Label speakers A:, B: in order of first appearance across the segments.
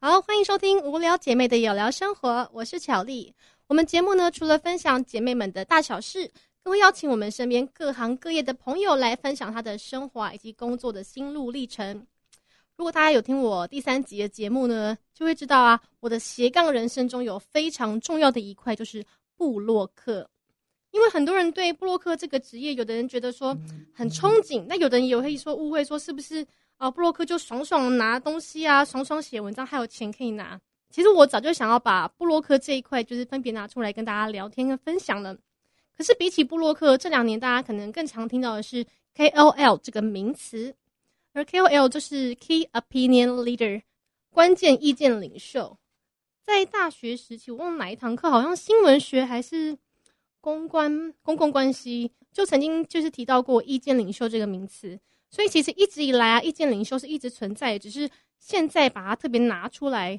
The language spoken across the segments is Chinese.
A: 好，欢迎收听《无聊姐妹的有聊生活》，我是巧丽。我们节目呢，除了分享姐妹们的大小事，更会邀请我们身边各行各业的朋友来分享她的生活啊以及工作的心路历程。如果大家有听我第三集的节目呢，就会知道啊，我的斜杠人生中有非常重要的一块就是布洛克。因为很多人对布洛克这个职业，有的人觉得说很憧憬，那有的人也会说误会说是不是啊，布洛克就爽爽拿东西啊，爽爽写文章，还有钱可以拿。其实我早就想要把布洛克这一块，就是分别拿出来跟大家聊天跟分享了。可是比起布洛克，这两年大家可能更常听到的是 KOL 这个名词，而 KOL 就是 Key Opinion Leader，关键意见领袖。在大学时期，我忘了哪一堂课，好像新闻学还是公关、公共关系，就曾经就是提到过意见领袖这个名词。所以其实一直以来啊，意见领袖是一直存在的，只是现在把它特别拿出来，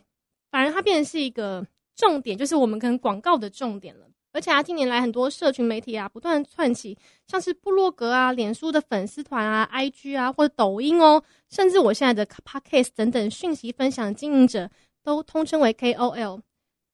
A: 反而它变成是一个重点，就是我们跟广告的重点了。而且啊，近年来很多社群媒体啊，不断窜起，像是部落格啊、脸书的粉丝团啊、IG 啊，或者抖音哦，甚至我现在的 Podcast 等等讯息分享经营者，都通称为 KOL。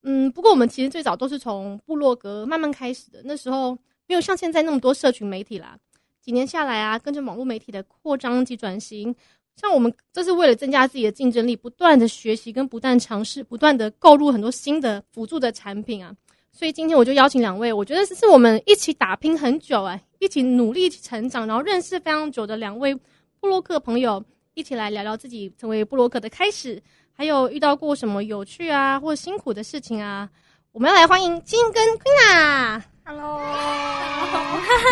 A: 嗯，不过我们其实最早都是从部落格慢慢开始的，那时候没有像现在那么多社群媒体啦。几年下来啊，跟着网络媒体的扩张及转型，像我们这是为了增加自己的竞争力，不断的学习跟不断尝试，不断的购入很多新的辅助的产品啊。所以今天我就邀请两位，我觉得是我们一起打拼很久哎、一起努力成长，然后认识非常久的两位布洛克朋友，一起来聊聊自己成为布洛克的开始，还有遇到过什么有趣啊或辛苦的事情啊。我们要来欢迎金跟 Queen 啊！
B: Hello，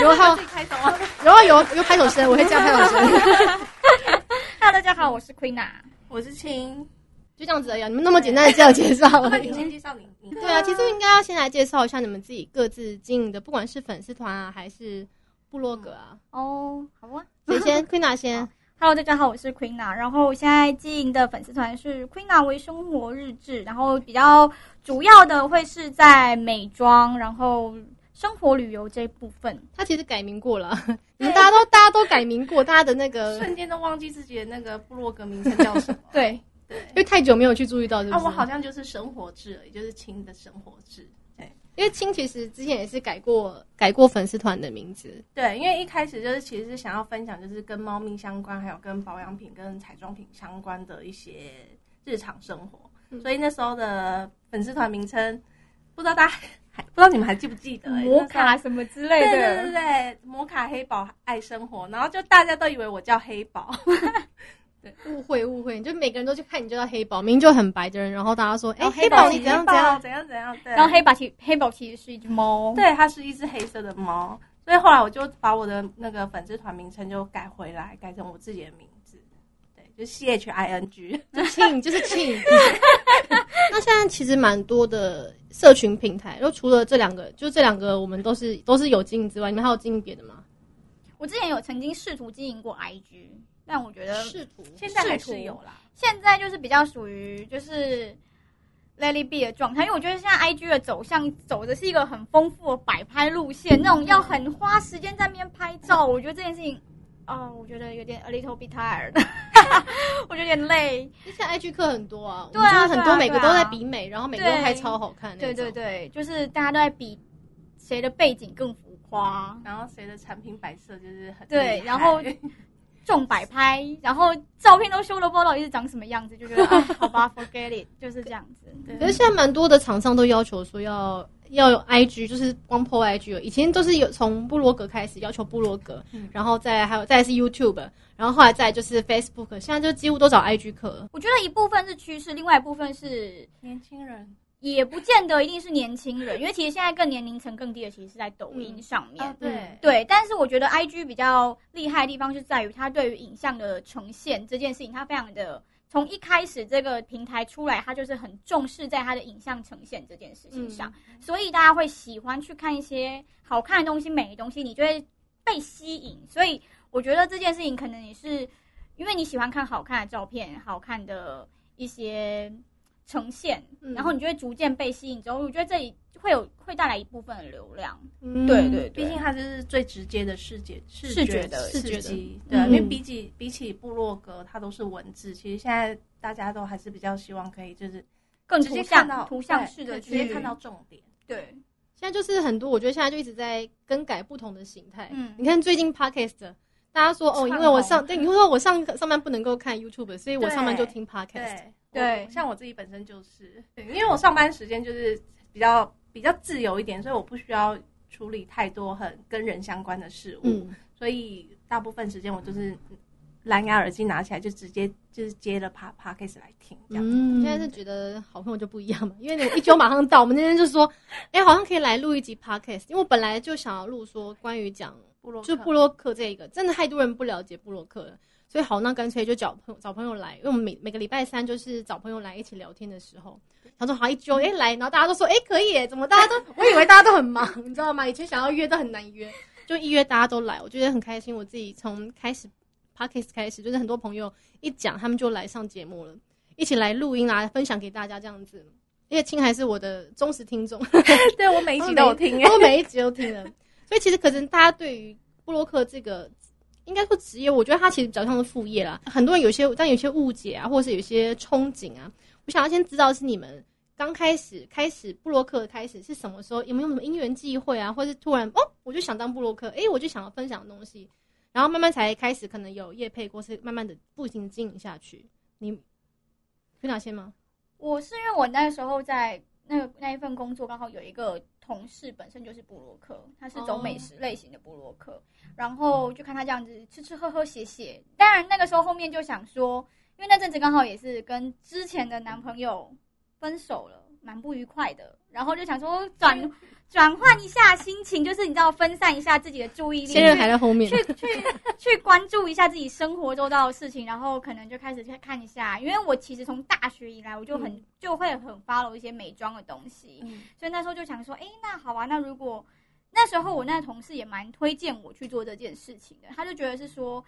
A: 有好
B: 自己开头啊。
A: 有啊有有拍手声，我会加拍手 声。
B: Hello，大家好，我是 Queen 啊。
C: 我是青，
A: 就这样子而已啊、你们那么简单的自我介绍而已。
C: 先介绍 你，你
A: 对啊，其实应该要先来介绍一下你们自己各自经营的，不管是粉丝团啊，还是部落格啊。
B: 哦、好啊。
A: 谁先 ？Queen 啊先。
B: Hello，大家好，我是 Queen 啊。然后我现在经营的粉丝团是 Queen 啊为生活日志，然后比较主要的会是在美妆，然后生活旅游这一部分。。
A: 他其实改名过了， 你们大家都大家都改名过，大家的那个，
C: 瞬间都忘记自己的那个部落格名称叫什么
B: 对，
C: 对，
A: 因为太久没有去注意到，是不
C: 啊，
A: 是？
C: 我好像就是生活志而已，就是青的生活志。
A: 因为青其实之前也是改过改过粉丝团的名字，
C: 对，因为一开始就是其实是想要分享，就是跟猫咪相关，还有跟保养品、跟彩妆品相关的一些日常生活，
A: 嗯
C: 所以那时候的粉丝团名称，不知道大家 还不知道你们还记不记得、欸？
B: 嗯摩卡什么之类
C: 对对
B: 的。
C: 对对，摩卡黑宝爱生活，然后就大家都以为我叫黑宝，
A: 误会误会，就每个人都去看你就叫黑宝，明明就很白的人，然后大家说，哎、
B: 哦
A: 黑
B: 黑
A: 宝
B: 宝
A: 你
B: 你
A: 怎
C: 怎
A: 样
C: 样
A: 怎
C: 怎
A: 样
C: 样？怎样怎样，对，
B: 然后黑宝其黑宝其实是一只猫。，
C: 对，它是一只黑色的猫，所以后来我就把我的那个粉丝团名称就改回来，改成我自己的名字，对，就 C H I N G。
A: 就庆就是庆。 那现在其实蛮多的社群平台，就除了这两个，就这两个我们都是都是有经营之外，你们还有经营别的吗？
B: 我之前有曾经试图经营过 IG，但我觉得
A: 图
C: 现在还是有啦，
B: 现在就是比较属于就是 Let it be 的状态，因为我觉得现在 IG 的走向走的是一个很丰富的摆拍路线，那种要很花时间在那边拍照，我觉得这件事情，哦，我觉得有点 a little bit tired，我觉得有点累。
A: 现在 IG 课很多啊，
B: 对啊
A: 我们就是很
B: 对
A: 多
B: 啊
A: 每个都
B: 对
A: 在
B: 啊
A: 比美，然后每个都
B: 对
A: 拍超好看那
B: 对
A: 种。
B: 对对，就是大家都在比谁的背景更浮夸，
C: 然后谁的产品摆设就是很
B: 对
C: 厉害
B: 然后重摆拍，然后照片都修了，不知道到底是长什么样子，就觉得、啊、好吧，forget it，就是这样子。
A: 可
C: 对
A: 是现在蛮多的厂商都要求说要要有 IG，就是光 PO IG 了。以前都是有从部落格开始要求部落格，
C: 嗯
A: 然后再还有再来是 YouTube，然后后来再来就是 Facebook，现在就几乎都找 IG 课了。
B: 我觉得一部分是趋势，另外一部分是
C: 年轻 人
B: 也不见得一定是年轻人，因为其实现在更年龄层更低的，其实是在抖音上面。
C: 啊，对
B: 对，但是我觉得 I G 比较厉害的地方就在于它对于影像的呈现这件事情，它非常的从一开始这个平台出来，它就是很重视在它的影像呈现这件事情上，所以大家会喜欢去看一些好看的东西、美的东西，你就会被吸引。所以我觉得这件事情可能也是因为你喜欢看好看的照片、好看的一些呈现，
A: 嗯
B: 然后你就会逐渐被吸引之后，我觉得这里会有会带来一部分的流量。
A: 嗯
B: 对对
C: 毕
B: 对，
C: 竟它是最直接的视觉
B: 视觉
C: 觉
B: 的
C: 刺
A: 视觉
C: 激，
B: 的
C: 对啊，
A: 嗯
C: 因为比起比起部落格，它都是文字，其实现在大家都还是比较希望可以就是
B: 更
C: 直
B: 图
C: 接看到
B: 像图像
C: 对
B: 式的
C: 直接
B: 去
C: 看到重点。
B: 对，
A: 现在就是很多，我觉得现在就一直在更改不同的形态。
B: 嗯
A: 你看最近 podcast，大家说
C: 唱
A: 哦，因为
C: 红
A: 我上对，你会说我上上班不能够看 YouTube，所以我
C: 对
A: 上班就听 podcast。
C: 对
B: 对
C: 我像我自己本身就是，对，因为我上班时间就是比较比较自由一点，所以我不需要处理太多很跟人相关的事物，
A: 嗯，
C: 所以大部分时间我就是蓝牙耳机拿起来就直接就是接了 p a d c a s 来听这样子。
A: 我现在是觉得好朋友就不一样嘛，因为你一揪马上到，我们那天就说，哎、好像可以来录一集 podcast，因为我本来就想要录说关于讲
C: 部落
A: 就
C: 客
A: 布洛克这一个，真的太多人不了解布洛克了，所以好，那干脆就找朋友找朋友来，因为我们每每个礼拜三就是找朋友来一起聊天的时候，他说好一揪，哎、来，然后大家都说，哎、可以耶，怎么大家都，我以为大家都很忙，你知道吗？以前想要约都很难约，就一约大家都来，我觉得很开心。我自己从开始 podcast 开始，就是很多朋友一讲，他们就来上节目了，一起来录音啊，分享给大家这样子。因为青还是我的忠实听众，
C: 对我每一集都有听，欸
A: 然后哦每一集都听了。所以其实可能大家对于布洛克这个，应该说职业，我觉得它其实比较像是副业啦。很多人有些但有些误解啊，或者是有些憧憬啊，我想要先知道是你们刚开始开始布洛克开始是什么时候，有没有什么因缘际会啊，或是突然哦，我就想当布洛克，诶，我就想要分享东西，然后慢慢才开始可能有业配，或是慢慢的步行经营下去。你有哪些吗？
B: 我是因为我那时候在那个那一份工作，刚好有一个同事本身就是布洛克，他是走
A: 哦
B: 美食类型的布洛克，然后就看他这样子吃吃喝喝写写。当然那个时候后面就想说，因为那阵子刚好也是跟之前的男朋友分手了，蛮不愉快的，然后就想说转转换一下心情，就是你知道分散一下自己的注意力，
A: 现任还在后面，
B: 去去去关注一下自己生活周到的事情，然后可能就开始去看一下，因为我其实从大学以来，我就很、
A: 嗯
B: 就会很 follow 一些美妆的东西，
C: 嗯
B: 所以那时候就想说，诶，那好啊，那如果那时候我那个同事也蛮推荐我去做这件事情的，他就觉得是说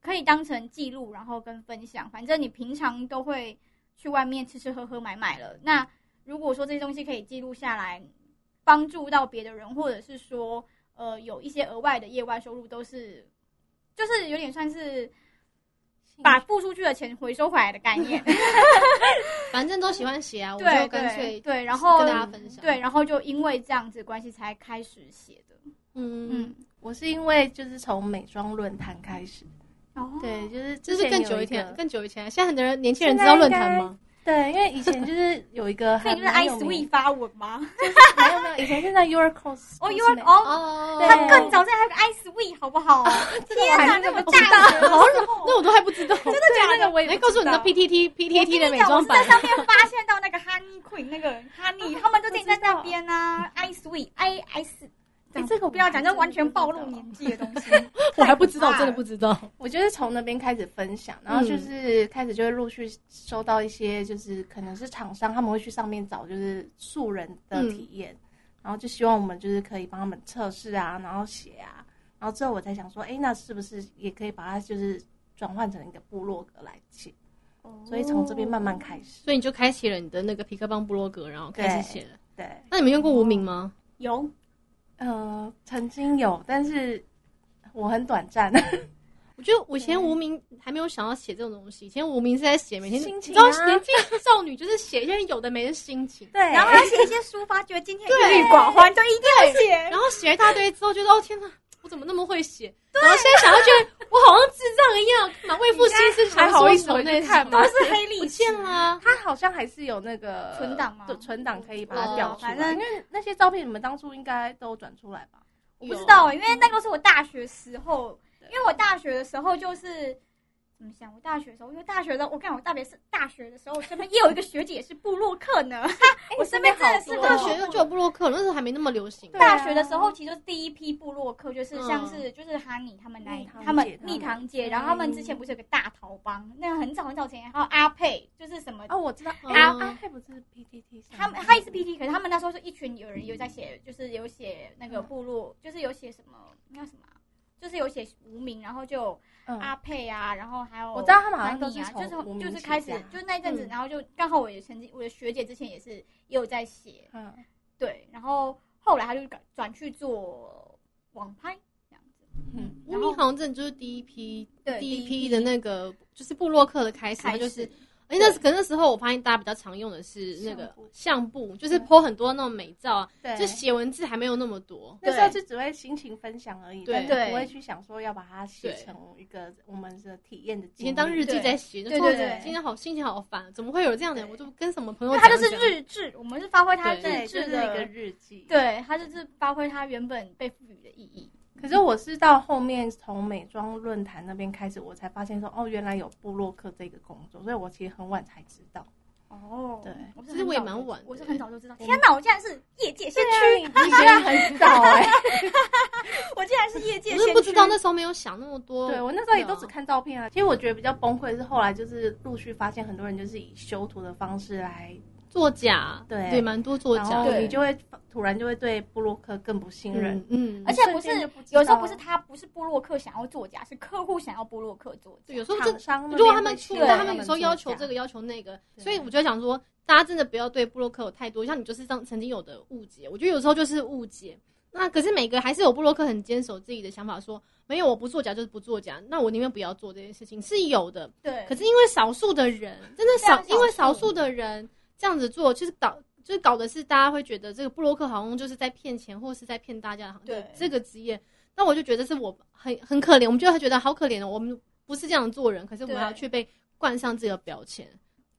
B: 可以当成记录，然后跟分享，反正你平常都会去外面吃吃喝喝买买了，那如果说这些东西可以记录下来，帮助到别的人，或者是说呃有一些额外的业外收入，都是就是有点算是
A: 嗯
B: 把付出去的钱回收回来的 概念。
A: 反正都喜欢写啊，我就
B: 对
A: 干脆
B: 对对，然后
A: 跟大家分享。
B: 对，然后就因为这样子关系才开始写的。
A: 嗯，
B: 嗯，
C: 我是因为就是从美妆论坛开始，
B: 然后
C: 对，就是之
A: 这是
C: 前
A: 更
C: 有
A: 久以
C: 一个
A: 前，更久以前。现在很多人年轻人知道论坛吗？
C: 对，因为以前就是有 一个
B: 可以就
C: 还
B: 是
C: 蛮
B: i
C: 有名
B: sweet 发文吗？
C: 没有没有，以前是在 Your Cos
B: 哦，因
C: 为
B: 为哦，
A: 哦
C: 对
B: 他更早在还有个 i sweet 好不好？ 天哪，那么大 的时候，
A: 那我都还不 知道。 真的
B: 啊
C: 假的那个我也
A: 来
C: 不
A: 告诉你
C: 知
A: 那
C: 道
A: PTT
B: 我
A: PTT
B: 跟
A: 的
B: 你
A: 美
B: 讲，我
A: 妆
B: 是
A: 版
B: 在，
C: 啊
B: 上面发现到那个 Honey Queen 那个
C: 哦
B: Honey，他们都自己在那边啊，I Sweet I I S，
C: 哎这个我
B: 不要
C: 还
B: 讲，
C: 真
B: 这
C: 的
B: 完全
C: 不知
B: 暴露
C: 道
B: 年纪的东 西。
A: 我还不知道，
B: 太可怕了
A: 真的不知道。
C: 我就是从那边开始分享，然后就是开始就会陆续收到一些，就是可能是厂商他们会去上面找就是素人的体验，然后就希望我们就是可以帮他们测试啊，然后写啊，然后之后我才想说，哎，那是不是也可以把它就是转换成一个部落格来写？
B: 哦
C: 所以从这边慢慢开始，
A: 所以你就开启了你的那个皮克邦部落格，然后开始写了。
C: 对，
A: 那你们用过无名吗？
C: 哦
B: 有
C: 呃，曾经有，但是我很短暂，
A: 我觉得我以前无名还没有想要写这种东西，以前无名是在写每天，
C: 心
A: 你知
C: 情
A: 道
C: 啊
A: 年纪少女就是写一些有的没的心情，
C: 对，
B: 然后要写一些抒发，觉得 今天郁郁寡欢，就一定要写。
A: 然后写一大堆之后，觉得哦天哪，我怎么那么会写？然后现在想要觉得我好像智障一样，满为赋新词
C: 还
A: 强
C: 好
A: 说
C: 意思
A: 愁
C: 回
A: 那
C: 去
A: 种
C: 看吗
B: 都？是黑历
A: 不
B: 史
A: 见，啦。
C: 它好像还是有那个
B: 存档吗
C: 对，存档可以把它调出来。
B: 哦反正
C: 因为那些照片你们当初应该都转出来吧？
B: 我不知道，因为那个是我大学时候，因为我大学的时候就是。怎么想？我大学的时候，因为大学的，我看我大学是大学的时候，我身边也有一有一个学姐也是布洛克呢。 我身边真的是
C: 哎你身边
A: 大
B: 大
C: 好多哦
A: 学
B: 学
A: 就有部落客，那时候还没那么流行。
C: 对啊嗯
B: 大学的时候，其实就是第一批部落客，就是像是、就是哈尼他们那一
C: 蜜糖姐
B: 他们
C: 他们
B: 蜜糖姐，然后他们之前不是有个大逃帮，那很早很早前，还有阿佩，就是什么。
C: 哦，我知道，
A: 嗯
C: 阿阿泰不是 PTT 上
B: 他们他也是 PT，可是他们那时候
C: 嗯
B: 是一群有人有在写，就是有写那个部落，就是有写什么那叫什么啊就是有写无名，然后就有阿佩啊，然后还有
C: 嗯我知道他们好像都是
B: 安妮啊
C: 从无
B: 就是就
C: 名
B: 是
C: 起
B: 开始
C: 家
B: 就是那一阵子，
A: 嗯
B: 然后就刚好我也曾经我的学姐之前也是也有在写，
C: 嗯，
B: 对，然后后来她就转转去做网拍这样子，
C: 嗯
A: 无名好像真的就是第一批，
B: 对
A: 第一批的那个就是部落客的开始，它
B: 开
A: 就是
B: 始。
A: 而且那时可能那时候我发现大家比较常用的是那个
C: 相簿
A: 相簿，就是
C: 对
A: po 很多那种美照啊，
C: 对，
A: 就写文字还没有那么多。
C: 那时候就只会心情分享而已，
A: 对
C: 但是不会去想说要把它写
A: 对
C: 成一个我们的体验的
A: 以
C: 经历。
A: 前当日记
B: 对
A: 在写，就
B: 对
A: 说
B: 对对
A: 今天好心情好烦，啊怎么会有这样的人？
C: 对
A: 我就跟什么朋
B: 因
A: 友讲
B: 为她
A: 讲，
B: 就是日志，我们是发挥她
A: 对
C: 对，
B: 日
C: 就
B: 志
C: 是一个
B: 的，
C: 日记。，
B: 对，她就是发挥她原本被赋予的意义，
C: 可是我是到后面从美妆论坛那边开始，我才发现说哦，原来有布洛克这个工作，所以我其实很晚才知道。
B: 哦，
C: 对
B: 我是
A: 其实
B: 很
A: 我也
B: 早
A: 蛮
B: 就
A: 晚
B: 我
A: 的
B: 是很早就知道。
C: 我
B: 天哪，我竟然是业界先
A: 啊
B: 驱，
C: 啊你觉得很早哎、
B: 我竟然是业界
A: 我
B: 先
A: 是
B: 驱。
A: 不知道那时候没有想那么多。
C: 对我那时候也都只看照片啊。其实我觉得比较崩溃的是后来就是陆续发现很多人就是以修图的方式来，
A: 作假，
C: 对
A: 对，蛮多作
C: 然
A: 假
C: 后
A: 的，
B: 对
C: 你就会突然就会对布洛克更不信任。
A: 嗯嗯，
B: 而且不是
C: 瞬间就知道
B: 有时候不是他不是布洛克想要作假，是客户想要布洛克作假
A: 对。有时候这
C: 厂商那边会希望，
A: 如果他们出，
B: 对
A: 但他们有时候要求这
C: 个，
A: 个要求那个，
C: 对
A: 所以我就想说，大家真的不要对布洛克有太多像你就是这样曾经有的误解。我觉得有时候就是误解。那可是每个还是有布洛克很坚守自己的想法说没有我不作假就是不作假，那我宁愿不要做这件事情是有的。
B: 对，
A: 可是因为少数的人，真的
B: 非
A: 少
B: 常，少数
A: 因为少数的人这样子做，就是搞，就是搞的是大家会觉得这个布洛克好像就是在骗钱，或是在骗大家的
B: 对
A: 这个职业。那我就觉得是我很很可怜，我们就会觉得好可怜哦，我们不是这样做人，可是我们
B: 对
A: 还要去被冠上这个标签。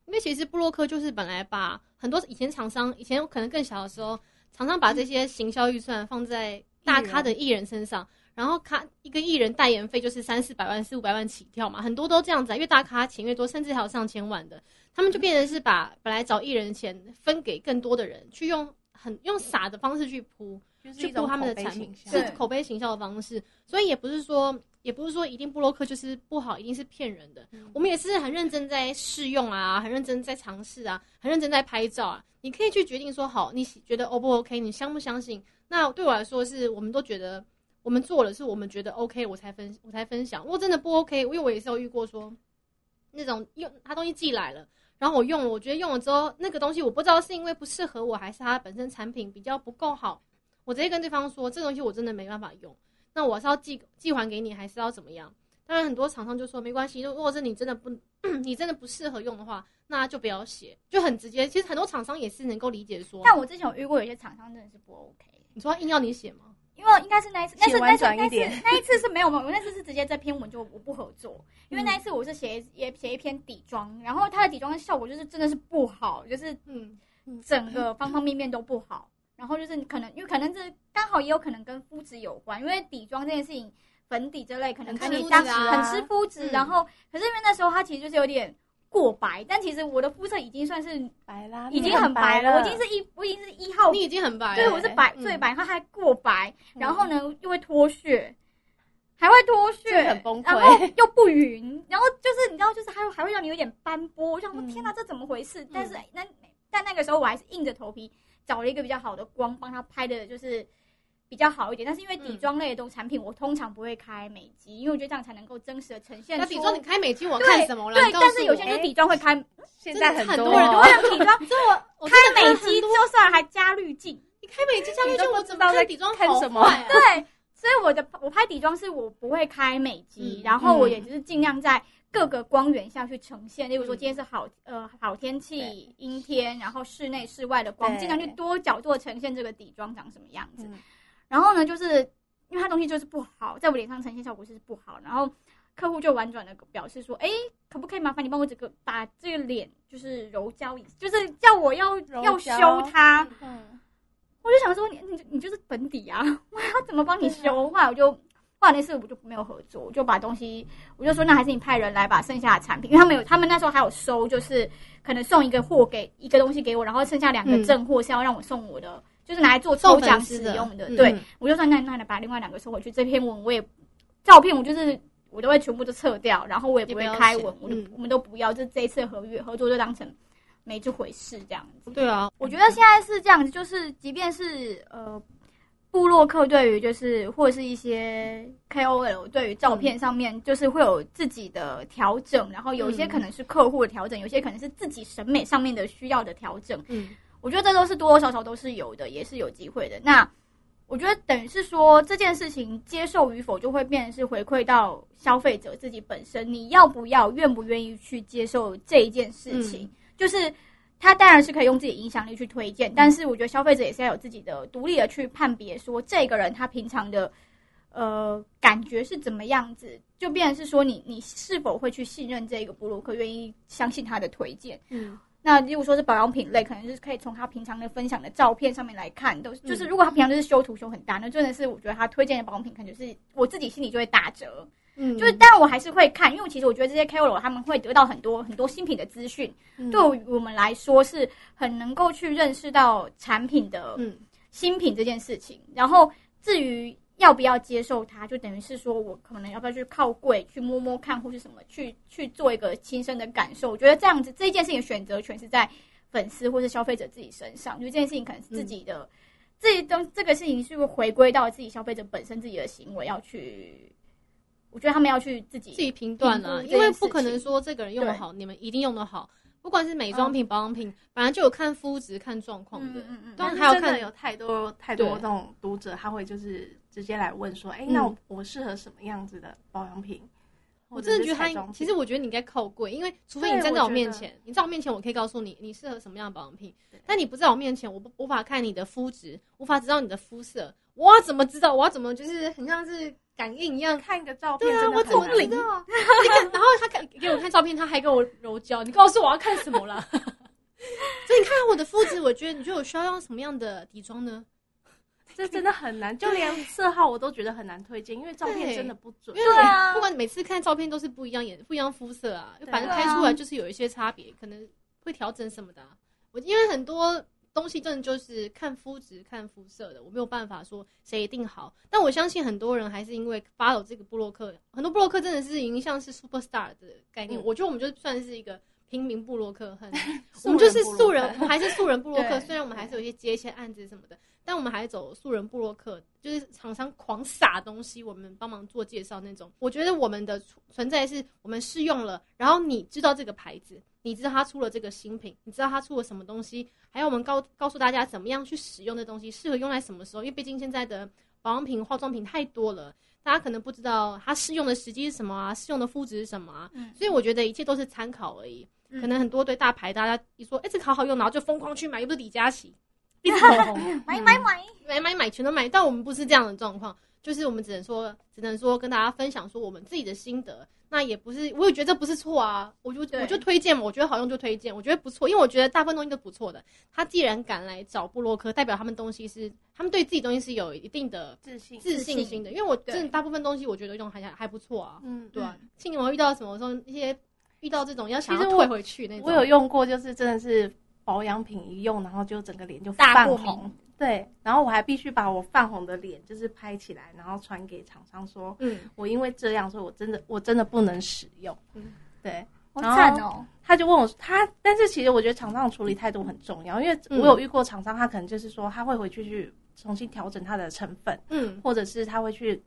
A: 因为其实布洛克就是本来把很多以前厂商，以前可能更小的时候，常常把这些行销预算放在大咖的艺人身上，然后咖一个艺人代言费就是三四百万、四五百万起跳嘛，很多都这样子、啊，越大咖钱越多，甚至还有上千万的，他们就变成是把本来找艺人的钱分给更多的人，去用很用撒的方式去铺，
C: 就是
A: 去
C: 一种
A: 铺他们的
C: 口碑
A: 产品
C: 形，象
A: 是
B: 对
A: 口碑行销的方式，所以也不是说也不是说一定布洛克就是不好，一定是骗人的。
C: 嗯
A: 我们也是很认真在试用啊，很认真在尝试啊，很认真在拍照啊。你可以去决定说，好，你喜觉得 O 不 OK，你相不相信？那对我来说是，我们都觉得我们做了，是我们觉得 OK，我才分我才分享。如果真的不 OK，因为我也是有遇过说，那种用他东西寄来了。然后我用了，我觉得用了之后，那个东西我不知道是因为不适合我，还是它本身产品比较不够好，我直接跟对方说，这个东西我真的没办法用，那我是要寄寄还给你，还是要怎么样？当然，很多厂商就说没关系，如果是你真的不， 你真的不适合用的话，那就不要写，就很直接。其实很多厂商也是能够理解说，
B: 但我之前有遇过有些厂商真的是不 OK，
A: 你说他硬要你写吗？
B: 因为应该是那一次，那
C: 写
B: 是
C: 婉
B: 那是
C: 转
B: 那
C: 一
B: 次
C: 点
B: 那一次是没有嘛，我那次是直接这篇文就我不合作，因为
A: 嗯
B: 那一次我是写也写一篇底妆，然后它的底妆效果就是真的是不好，就是
A: 嗯，
B: 整个方方面面都不好。然后就是你可能，因为可能这刚好也有可能跟肤质有关，因为底妆这件事情，粉底这类可能
C: 很
B: 看
C: 吃
B: 你
C: 肤
B: 当
C: 质啊
B: 很吃肤质，
A: 嗯
B: 然后可是因为那时候它其实就是有点过白，但其实我的肤色已经算是
C: 白
B: 已
C: 啦，啊你
B: 经
C: 很
B: 很白
C: 了，
B: 了，我已经是一我已经是一号
A: 你，已经很白
B: 对
A: 了，
B: 我是白
A: 嗯
B: 最白，它还过白，
C: 嗯
B: 然后呢又会脱屑，还会脱
C: 真
B: 屑，
C: 的很崩
B: 然后
C: 溃。
B: 又不匀，然后就是你知道，就是还会还会让你有点斑驳。我想说，
C: 嗯
B: 天哪，这怎么回事？但是那但那个时候我还是硬着头皮找了一个比较好的光，帮他拍的就是比较好一点。但是因为底
A: 嗯
B: 妆类的东产品，我通常不会开美肌，因为我觉得这样才能够真实的呈现
A: 那
B: 出。
A: 比如说你开美肌，我
B: 对
A: 看什么了？
B: 对
A: 你，告诉
B: 但是有些
A: 我
B: 人就底妆会开，
C: 现在很
A: 真的很
C: 多
A: 多人
B: 我
A: 都
B: 想底妆
A: 你知道我我
B: 开
A: 真的看
B: 美肌
A: 很多
B: 就算还加滤镜，
A: 你开美肌下面
C: 你
A: 就
C: 都
A: 我
C: 不
A: 怎
C: 知
A: 么
C: 道在
A: 看底妆
C: 看
A: 好
C: 什么
A: 坏啊
B: 对，所以我的我拍底妆是我不会开美肌，
A: 嗯
B: 然后我
C: 嗯
B: 也就是尽量在各个光源下去呈现，例如说
A: 嗯
B: 今天是好呃好天气、阴天，然后室内室外的光，
C: 对
B: 尽量去多角度地呈现这个底妆长什么样子。
C: 嗯
B: 然后呢，就是因为它东西就是不好，在我脸上呈现效果是不好，然后客户就婉转的表示说，哎，可不可以麻烦你帮我这个把这个脸就是柔焦一，就是叫我要
C: 柔
B: 要修
C: 焦
B: 它。
C: 嗯，
B: 我就想说你你你就是粉底啊， 我要怎么帮
A: 啊
B: 你修？后来我就后来那次我就没有合作，我就把东西我就说那还是你派人来把剩下的产品，因为他们有他们那时候还有收，就是可能送一个货给一个东西给我，然后剩下两个
A: 嗯
B: 正货是要让我送我的，就是拿来做
A: 送
B: 抽奖
A: 粉丝
B: 使
A: 的
B: 用的。
A: 嗯
B: 对，我就说那那把另外两个收回去。这篇文我也照片我就是。我都会全部都撤掉，然后我也不
A: 也
B: 会
A: 不要
B: 开
A: 写
B: 文，我就
A: 嗯
B: 我们都不要，就这一次合约合作就当成没这回事这样子。
A: 对啊，
B: 我觉得现在是这样子，就是即便是呃布部落客对于就是或者是一些 KOL 对于照片上面就是会有自己的调整，然后有些可能是客户的调整，有些可能是自己审美上面的需要的调整。
A: 嗯
B: 我觉得这都是多多少少都是有的，也是有机会的。那我觉得等于是说这件事情接受与否，就会变成是回馈到消费者自己本身，你要不要、愿不愿意去接受这一件事情，就是。他当然是可以用自己的影响力去推荐，但是我觉得消费者也是要有自己的独立的去判别，说这个人他平常的呃感觉是怎么样子，就变成是说你你是否会去信任这个布鲁克，愿意相信他的推荐。
A: 嗯
B: 那例如说是保养品类，可能就是可以从他平常的分享的照片上面来看，都是就是
A: 嗯
B: 如果他平常就是修图修很大，那真的是我觉得他推荐的保养品，可能就是我自己心里就会打折。
A: 嗯，
B: 就是，但我还是会看，因为其实我觉得这些 KOL 他们会得到很多很多新品的资讯，
A: 嗯
B: 对于我们来说是很能够去认识到产品的
A: 嗯
B: 新品这件事情。然后至于要不要接受它，就等于是说我可能要不要去靠柜去摸摸看，或是什么去去做一个亲身的感受。我觉得这样子这一件事情的选择权是在粉丝或是消费者自己身上，就这件事情可能是自己的。自己东这个事情是不是回归到自己消费者本身自己的行为要去？我觉得他们要去自己
A: 自己评断啦，
B: 评估这件
A: 因为不可
B: 事
A: 能
B: 情
A: 说这个人用的
B: 对
A: 好，你们一定用的好。不管是美妆品、保养品，本来就有看肤质、看状况的。
B: 嗯嗯
A: 对
B: 嗯，
A: 还有
C: 但是真
A: 看
C: 的有太多太多
A: 对
C: 那种读者，他会就是直接来问说，哎、
A: 嗯
C: 那我我适合什么样子的保养品？
A: 我真的觉得他
C: 或者是彩妆，品
A: 其实我觉得你应该靠柜，因为除非
C: 对
A: 你站在我
C: 我觉得
A: 面前，你在我面前，我可以告诉你你适合什么样的保养品
C: 对。
A: 但你不在我面前，我不无法看你的肤质，无法知道你的肤色，我要怎么知道？我要怎么就是很像是感应一样？
C: 看一个照片
A: 对
C: 真
A: 啊，
C: 的
A: 我
C: 很
A: 怎么
C: 难，
A: 知道？ 你看，然后他看给我看照片，他还给我揉焦，你告诉我要看什么 啦？所以你看我的肤质，我觉得你觉得我需要用什么样的底妆呢？
C: 这真的很难，就连色号我都觉得很难推荐，因为照片
A: 对
C: 真的不准
A: 因。为
B: 对啊
A: 你不管每次看照片都是不一样颜、不一样肤色啊，
C: 对啊
A: 反正拍出来就是有一些差别，可能会调整什么的啊、我因为很多东西真的就是看肤质、看肤色的，我没有办法说谁一定好。但我相信很多人还是因为 follow 这个布洛克，很多布洛克真的是已经像是 super star 的概念。
C: 嗯
A: 我觉得我们就算是一个平民布洛克，很
C: 素
A: 我们就是
C: 部落
A: 素人，
C: 客
A: 我们还是素人部落客。
B: 对
A: 虽然我们还是有一些接一些案子什么的，但我们还走素人部落客，就是厂商狂撒东西，我们帮忙做介绍那种。我觉得我们的存存在是我们试用了，然后你知道这个牌子，你知道它出了这个新品，你知道它出了什么东西，还有我们告告诉大家怎么样去使用这东西，适合用在什么时候。因为毕竟现在的保养品、化妆品太多了，大家可能不知道它适用的时机是什么啊，适用的肤质是什么啊。
B: 嗯
A: 所以我觉得一切都是参考而已。
B: 嗯
A: 可能很多对大牌，大家一说，哎、这个好好用，然后就疯狂去买，又不是李佳琦，一直口红，
B: 买买买，
A: 买买买，全都买。但我们不是这样的状况，就是我们只能说，只能说跟大家分享说我们自己的心得。那也不是，我也觉得这不是错啊，我就
B: 对
A: 我就推荐嘛，我觉得好用就推荐，我觉得不错，因为我觉得大部分东西都不错的。他既然敢来找布洛克，代表他们东西是，他们对自己东西是有一定的
C: 自信，
A: 自信心的。因为我
B: 对
A: 真的大部分东西，我觉得用还还还不错啊。
C: 嗯，
A: 对啊，庆友遇到什么时候一些遇到这种要想
C: 其
A: 要
C: 实我
A: 退回去那种，
C: 嗯我有用过，就是真的是保养品一用，然后就整个脸就
B: 大
C: 泛
B: 过
C: 红。对，然后我还必须把我泛红的脸就是拍起来，然后传给厂商说，
A: 嗯。
C: 我因为这样，所以我真的我真的不能使用。
A: 嗯
C: 对，
B: 好
C: 然后
B: 惨哦！
C: 他就问我他，但是其实我觉得厂商的处理态度很重要，因为
A: 嗯
C: 我有遇过厂商，他可能就是说他会回去去重新调整他的成分，
A: 嗯
C: 或者是他会去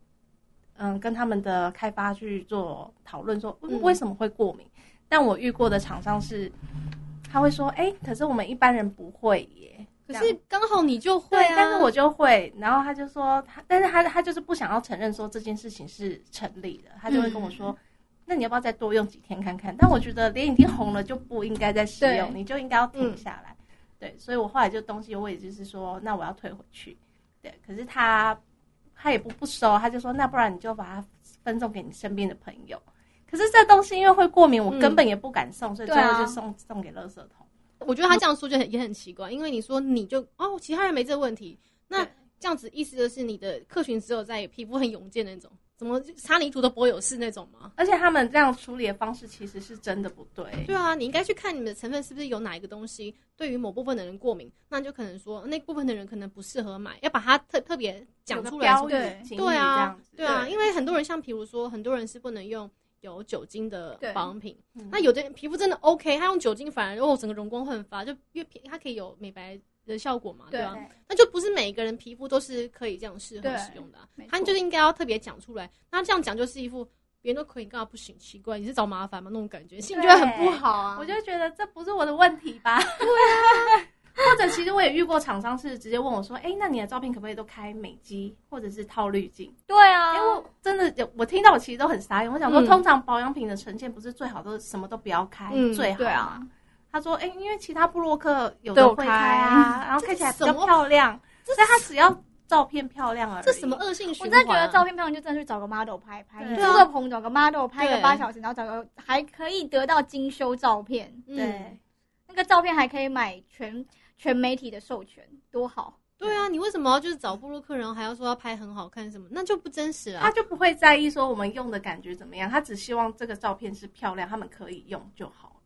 C: 嗯跟他们的开发去做讨论，说
A: 嗯
C: 为什么会过敏。但我遇过的厂商是，他会说，哎、可是我们一般人不会耶。，
A: 可
C: 这
A: 是
C: 样
A: 刚好你就会
C: 对
A: 啊，，
C: 但是我就会，然后他就说他，但是他他就是不想要承认说这件事情是成立的，他就会跟我说，那你要不要再多用几天看看？但我觉得脸已经红了就不应该再使用，
B: 对
C: 你就应该要停下来。对，所以我后来就东西我也就是说，那我要退回去。对，可是他他也不不收，他就说那不然你就把它分送给你身边的朋友。可是这东西因为会过敏，我
A: 嗯
C: 根本也不敢送，所以
B: 对
C: 最
B: 啊
C: 后就送、送给垃圾桶。
A: 我觉得他这样说就很也很奇怪，因为你说你就哦，其他人没这个问题，那
C: 对
A: 这样子意思就是你的客群只有在皮肤很勇健那种，怎么擦泥涂都不会有事那种吗？
C: 而且他们这样处理的方式其实是真的不对。
A: 对啊，你应该去看你们的成分是不是有哪一个东西对于某部分的人过敏，那你就可能说那部分的人可能不适合买，要把它特特别讲出来
C: 有
A: 说
B: 对
C: 个标语警语
A: 对
C: 这
A: 啊
C: 样子，
A: 对啊，因
C: 为
A: 为很多人像比如说，很多人是不能用有酒精的
B: 对
A: 保养品
C: 嗯，
A: 那有的人皮肤真的 OK，他用酒精反而哦整个容光焕发，就因为皮它可以有美白的效果嘛，对
B: 对
A: 吧、
C: 对
A: 那就不是每个人皮肤都是可以这样适合
B: 对
A: 使用的啊、
B: 没错
A: 他就是应该要特别讲出来。那这样讲就是一副别人都可以，你干嘛不行？奇怪，你是找麻烦吗？那种感觉，心里就会很不好啊。
C: 我就觉得这不是我的问题吧？对啊，或者其实我也遇过厂商是直接问我说：“哎、那你的照片可不可以都开美肌或者是套滤镜
B: 对？”啊，
C: 哎、我真的有我听到我其实都很傻眼，我想说，
A: 哦嗯
C: 通常保养品的呈现不是最好都是什么都不要开、
A: 嗯
C: 最好
B: 对
C: 吗
B: 啊，
C: 他说：“哎、因为其他部落客有
B: 都
C: 的
B: 有
C: 会
B: 开
C: 开啊，然后看起来比较
A: 什么
C: 漂亮，
A: 这
C: 所以他只要照片漂亮而已。”
A: 这什么恶性
B: 我
A: 循
B: 真
A: 环、啊？
B: 的觉得照片漂亮就真的去找个 model 拍一拍，
C: 对
B: 你
C: 对啊
B: 做个棚找个 model 拍个
A: 对
B: 八小时，然后找个还可以得到精修照片，
A: 嗯
C: 对，
B: 那个照片还可以买全全媒体的授权，多好！
A: 对啊，你为什么要就是找布洛克人，然后还要说要拍很好看什么？那就不真实
C: 他
A: 啊。
C: 就不会在意说我们用的感觉怎么样，他只希望这个照片是漂亮，他们可以用就好。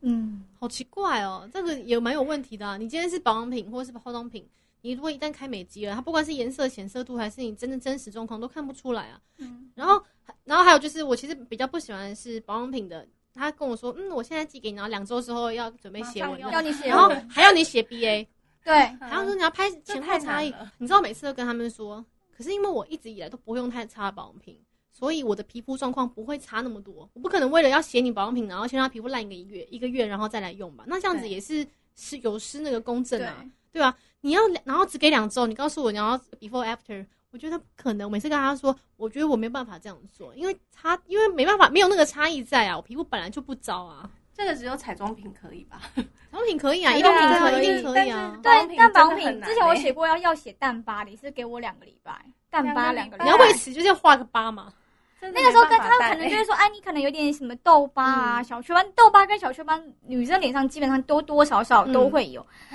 B: 嗯，
A: 好奇怪哦，这个也蛮有问题的、啊。你今天是保养品或是化妆品，你如果一旦开美肌了，它不管是颜色显色度还是你真的真实状况都看不出来啊。
B: 嗯
A: 然后，然后还有就是，我其实比较不喜欢的是保养品的，他跟我说，嗯，我现在寄给你，然后两周之后要准备写文
C: 马上
A: 了，
C: 嗯
B: 要你写
A: 然后
B: 文，
A: 还要你写 BA，
B: 对，
A: 还要说你要拍前后差异
C: 这太难了。
A: 你知道每次都跟他们说，可是因为我一直以来都不会用太差的保养品，所以我的皮肤状况不会差那么多。我不可能为了要写你保养品，然后先让它皮肤烂一个月一个月，然后再来用吧？那这样子
C: 对
A: 也是失有失那个公正
B: 对
A: 啊。对啊，你要两然后只给两周，你告诉我你要 before after，我觉得不可能。我每次跟他说，我觉得我没办法这样做，因为他因为没办法，没有那个差异在啊，我皮肤本来就不糟啊。
C: 这个只有彩妆品可以吧？
A: 产品可以啊，
B: 对
A: 一定
B: 啊
A: 可
B: 可
A: 以，
B: 以
A: 一定可以啊。
C: 保养
B: 对，
C: 品
B: 蛋白
C: 真的
B: 品
C: 很难
B: 之前我
C: 欸
B: 写过要要写淡疤，你是给我两个礼拜，淡疤两
C: 两
B: 个
C: 个
B: 礼拜。
C: 礼拜
A: 你要为此就是要画个疤嘛。
B: 那个时候跟他
C: 他
B: 们可能就会说，哎，你可能有点什么痘疤
A: 嗯
B: 啊、小雀斑，痘疤跟小雀斑，女生脸上基本上多多少少都会有。
A: 嗯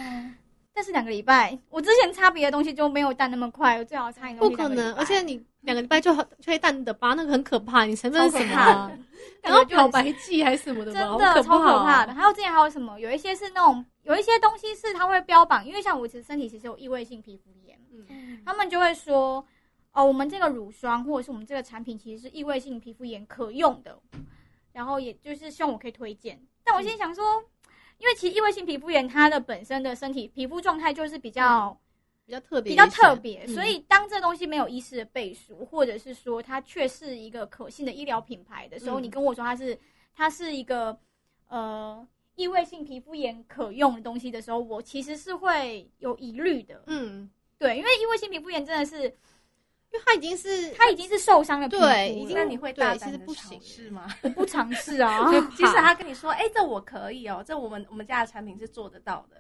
B: 但是两个礼拜，我之前擦别的东西就没有淡那么快，我最好擦你
A: 不可能，而且你两个礼拜就很就会淡的疤，那个很可怕。你成分是什么
B: 超
A: 啊？ 然后漂
B: 漂
A: 白剂还是什么的
B: 真
A: 吧，好
B: 的超可怕
A: 怕
B: 的。
A: 哦。
B: 还有之前还有什么，有一些是那种有一些东西是它会标榜，因为像我其实身体其实有异位性皮肤炎，
A: 嗯
B: 他们就会说，哦，我们这个乳霜或者是我们这个产品其实是异位性皮肤炎可用的，然后也就是希望我可以推荐。但我心里想说，因为其实异位性皮肤炎它的本身的身体皮肤状态就是比较、
A: 比较特别，
B: 比较特。别，
A: 嗯
B: 所以当这东西没有医师的背书，或者是说它却是一个可信的医疗品牌的时候，
A: 嗯
B: 你跟我说它是它是一个呃。异位性皮肤炎可用的东西的时候，我其实是会有疑虑的。
A: 嗯，
B: 对，因为异位性皮肤炎真的
A: 因
B: 是
A: 为它已经是
B: 他已经是受伤的皮肤了，
A: 对已经
C: 那你会大胆
A: 对其
C: 的
A: 实不行
C: 是吗？
B: 我不尝试 啊，
C: 即使他跟你说，哎，这我可以哦，这我们我们家的产品是做得到的。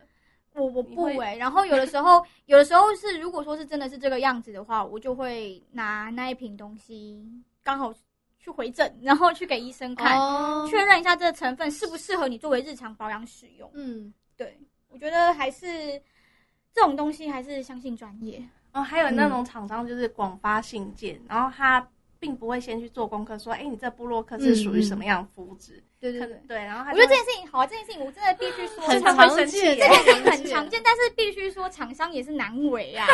B: 我我
C: 你
B: 不
C: 会
B: 哎、然后有的时 候，有的时候是如果说是真的是这个样子的话，我就会拿那一瓶东西刚好去回诊，然后去给医生看，
A: 哦，
B: 确、认一下这个成分适不适合你作为日常保养使用。
A: 嗯，
B: 对我觉得还是这种东西还是相信专业。
C: 哦，还有那种厂商就是广发信件，然后他并不会先去做功课，说，哎，你这布洛克是属于什么样的肤质？
B: 对
C: 可能。对，然后他
B: 我
C: 就
B: 觉得这
C: 会
B: 件事情好，啊这件事情我真的必须说，
A: 很
C: 常
A: 常
C: 会生气
A: 见，
C: 耶
A: 这
B: 很常。见，但是必须说厂商也是难为 啊。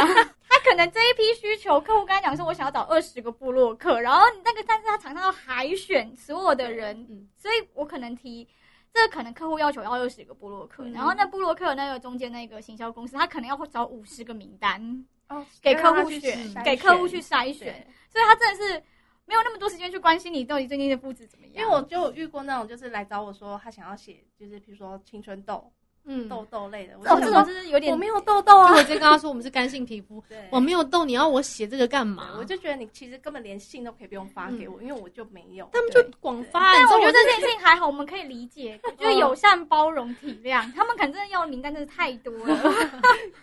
B: 他可能这一批需求，客户跟他讲说，我想要找二十个部落客，然后那个，但是他厂商要海选所有的人，
A: 嗯
B: 所以我可能提。这可能客户要求要二十个部落客，
A: 嗯
B: 然后那部落客那个中间那个行销公司，他可能要找五十个名单
C: 哦
B: 给
C: 让
B: 客
C: 他
B: 户
C: 去
B: 选
C: 筛选，
B: 给客户去筛选，
C: 对
B: 所以他真的是没有那么多时间去关心你到底最近的肤质怎么样。
C: 因为我就有遇过那种，就是来找我说他想要写，就是比如说青春痘、
A: 嗯，
C: 痘痘类的，我
B: 这种
C: 就
B: 这
C: 想
B: 种就是有
C: 说
B: 点
C: 我没有痘痘
A: 因为
C: 啊
A: 我，直接跟他说我们是干性皮肤，
C: 对
A: 我没有痘，你要我写这个干嘛
C: 对？我就觉得你其实根本连信都可以不用发给我，因为我嗯就没有。
A: 他们就广发，
B: 但
A: 你知道
B: 我觉得
A: 这
B: 这件事情还好，我们可以理解，就是友善、包容、体谅。他们可能真的要的名单真的太多了，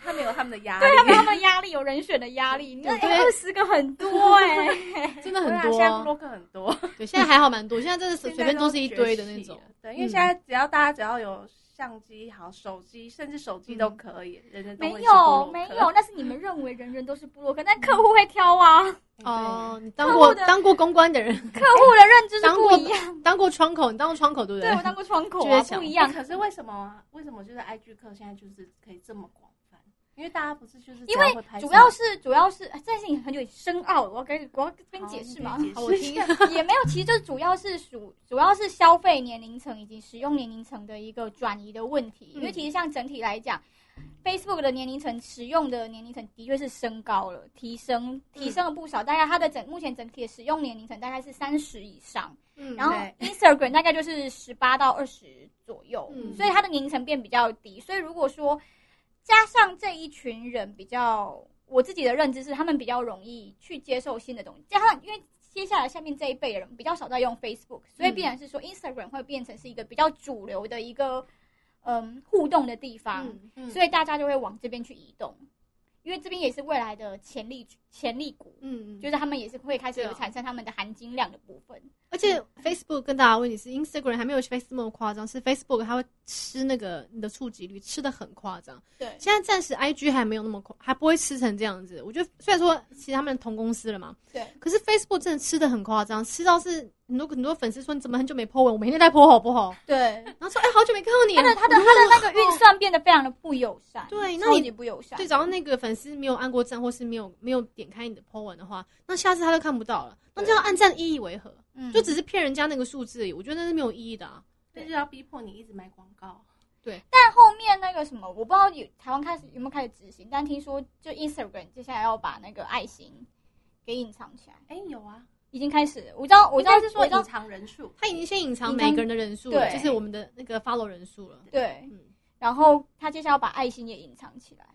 C: 他们有他们的压力，
B: 对他们他们压力有人选的压力，那
A: 对
B: 二十个很多哎、
A: 真的很
C: 对啊现在布
A: 多。
C: 洛克很 多，
A: 对，现在还好蛮多，现在真的随
C: 现在
A: 便都是一堆的那
C: 崛起了
A: 种。。
C: 对，因为
A: 嗯
C: 现在只要大家只要有相机、好手机，甚至手机都可以，人人都
B: 没
C: 会是布洛
B: 有
C: 克
B: 没有，，那是你们认为人人都是部落客，但客户会挑啊，
C: 哎
A: 哦，你当
B: 客户
A: 过
B: 的
A: 当过公关的人，
B: 客户的认知是
A: 当
B: 不
A: 过
B: 一 样。
A: 当过窗口，你当过窗口对不
B: 对我当过窗口
A: 就
B: 啊
A: 会，想
B: 不一
C: 对
B: 样。
C: 可是为什么啊为什么就是 IG 课现在就是可以这么广泛？因为大家不是就是
B: 因
C: 为
B: 主要是主要是哎这件事情很有点深奥，我要跟你我要跟你
C: 哦
B: 解释嘛。
A: 好，我 听。
B: 也没有，其实就主要是属主要是消费年龄层以及使用年龄层的一个转移的问题，因为
A: 嗯
B: 其实像整体来讲。 Facebook 的年龄层使用的年龄层的确是升高了，提升提升了不少。大概它的整目前整体的使用年龄层大概是三十以上，
A: 嗯
B: 然后
C: 对
B: Instagram 大概就是十八到二十左右，
A: 嗯
B: 所以它的年龄层变比较低。所以如果说加上这一群人比较，我自己的认知是他们比较容易去接受新的东西，加上因为。接下来下面这一辈的人比较少在用 Facebook，所
A: 嗯
B: 以必然是说 Instagram 会变成是一个比较主流的一个嗯互动的地方。
A: 嗯
C: 嗯
B: 所以大家就会往这边去移动，因为这边也是未来的潜力潜力股，
A: 嗯，
B: 就是他们也是会开始
A: 对啊
B: 有产生他们的含金量的部分。
A: 而且 Facebook 跟大家问题是，Instagram 还没有 Facebook 那么夸张，是 Facebook 它会吃那个你的触及率，吃的很夸张。
B: 对，
A: 现在暂时 IG 还没有那么夸，还不会吃成这样子。我觉得虽然说其实他们同公司了嘛，
B: 对，
A: 可是 Facebook 真的吃的很夸张，吃到是很多很多粉丝说你怎么很久没 po 文，我每天在 po 好不好？
B: 对，
A: 然后说哎、好久没看到你
B: 他
A: 了，
B: 的他的他的那个运算变得非常的不友善，
A: 对那
B: 超
A: 你
B: 级不友善。
A: 对，只要那个粉丝没有按过赞或是没有没有点开你的 po 文的话，那下次他都看不到了。那这样按赞意义为何？
B: 嗯
A: 就只是骗人家那个数字而已，我觉得那是没有意义的啊。
C: 这就要逼迫你一直买广告。
B: 但后面那个什么，我不知道有台湾开始有没有开始执行，但听说就 Instagram 接下来要把那个爱心给隐藏起来，
C: 哎，有啊，
B: 已经开始。我知道，我知道
C: 应该是说
B: 我知道
C: 隐藏人数，
A: 他已经先隐藏
B: 隐
A: 每
B: 藏
A: 个人的人数了，
B: 对
A: 就是我们的那个 follow 人数了。
B: 对，
A: 嗯，
B: 然后他接下来要把爱心也隐藏起来。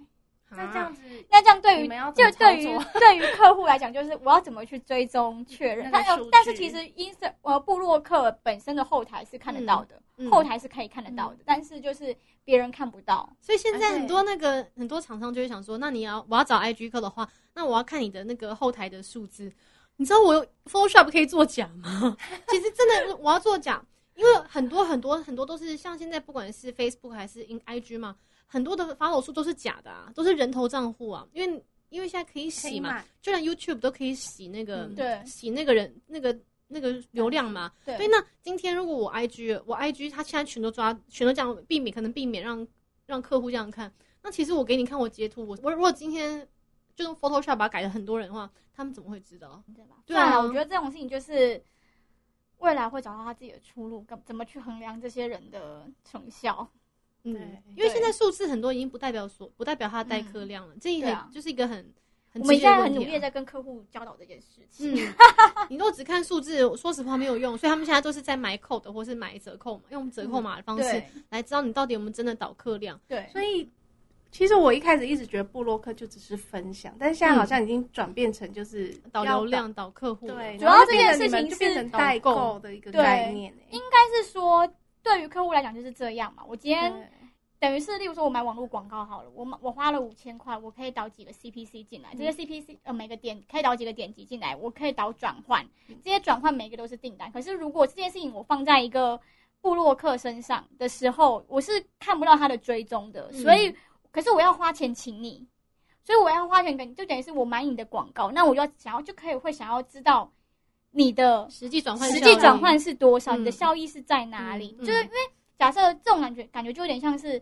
C: 那这样子
B: 那这样对于
C: 你们要怎
B: 就
C: 么
B: 对
C: 操
B: 于
C: 作
B: 对于客户来讲，就是我要怎么去追踪确认？
C: 那
B: 但
C: 个数
B: 有
C: 据
B: 但是其实 Insta 呃部落客本身的后台是看得到的，
A: 嗯
B: 后台是可以看得到的，但是就是别人看不到。
A: 所以现在
C: 啊对
A: 很多那个很多厂商就会想说，那你要我要找 IG 客的话，那我要看你的那个后台的数字。你知道我有 Photoshop 可以作假 吗？其实真的我要作假，因为很多很多很多都是像现在不管是 Facebook 还是 in IG 嘛，很多的 follow 数都是假的啊，都是人头账户啊，因为因为现在可以
C: 可
A: 洗
C: 以
A: 嘛，
C: 买，
A: 就连 YouTube 都可以洗那个、
C: 嗯
B: 对
A: 洗那个人那个那个流量嘛，
B: 对
A: 对，那今天如果我 IG 我 IG 它现在全都抓，全都这样避免，可能避免让让客户这样看。那其实我给你看我截图，我我如果今天就用 Photoshop 把它改的很多人的话，他们怎么会知道？
B: 对吧？
A: 对啊
B: 算了，我觉得这种事情就是未来会找到他自己的出路，怎怎么去衡量这些人的成效？
A: 嗯
C: 对，
A: 因为
B: 对
A: 现在数字很多已经不代表所不代表它的待客量了，这一
B: 对
A: 很、
B: 啊
A: 就是一个很很
B: 我们
A: 直
B: 现
A: 接的
B: 在很
A: 问题啊
B: 努力地在跟客户教导这件事情。
A: 嗯，你如果只看数字，我说实话没有用，所以他们现在都是在买 code 或是买折扣嘛，用折扣码的方式、
B: 对
A: 来知道你到底有没有真的导客量。
B: 对，
C: 所以。其实我一开始一直觉得布洛克就只是分享，但是现在好像已经转变成就是
A: 导
C: 要
A: 流量、导客户了，
C: 对，
B: 主
C: 然后
B: 要
C: 就
B: 这件
C: 变成
B: 事
C: 你们
B: 情
C: 就变
B: 是
C: 成
A: 导
C: 代
A: 购
C: 购的一个
B: 对
C: 概念欸，应
B: 但是说对于客户来讲就是这样嘛。我
C: 欸
B: 今
A: 啊
B: 天等于是，例如说我买网络广告好了，我买我花了五千块，我可以导几个 CPC 进来，这些 CPC 呃每个点可以导几个点击进来，我可以导转换，这些转换每个都是订单。可是如果这件事情我放在一个布洛克身上的时候，我是看不到他的追踪的，
A: 嗯
B: 所以、可是我要花钱请你，所以我要花钱给你，就等于是我买你的广告，那我就要想要就可以会想要知道你的
A: 实际转换
B: 实
A: 效
B: 际
A: 率
B: 转换是多少，
A: 嗯
B: 你的效益是在哪里？
A: 嗯嗯
B: 就是因为假设这种感觉，感觉就有点像是，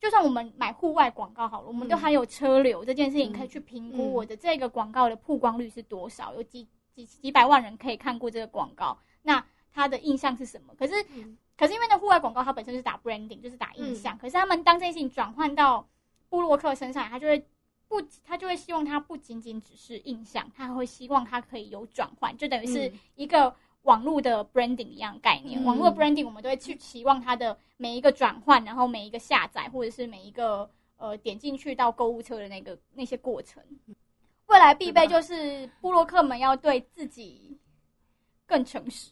B: 就算我们买户外广告好了，我们都还有车流这件事情可以去评
A: 嗯
B: 估我的这个广告的曝光率是多少，有几几几百万人可以看过这个广告，那它的印象是什么？可是
A: 嗯
B: 可是因为那户外广告它本身是打 branding，就是打印象，可是他们当这件事情转换到布洛克身上，他就会。不，他就会希望它不仅仅只是印象，他还会希望它可以有转换，就等于是
A: 嗯
B: 一个网络的 branding 一样概念。
A: 嗯
B: 网络 branding 我们都会去期望它的每一个转换，然后每一个下载，或者是每一个呃点进去到购物车的那个那些过程。未来必备就是布洛克们要对自己更诚实，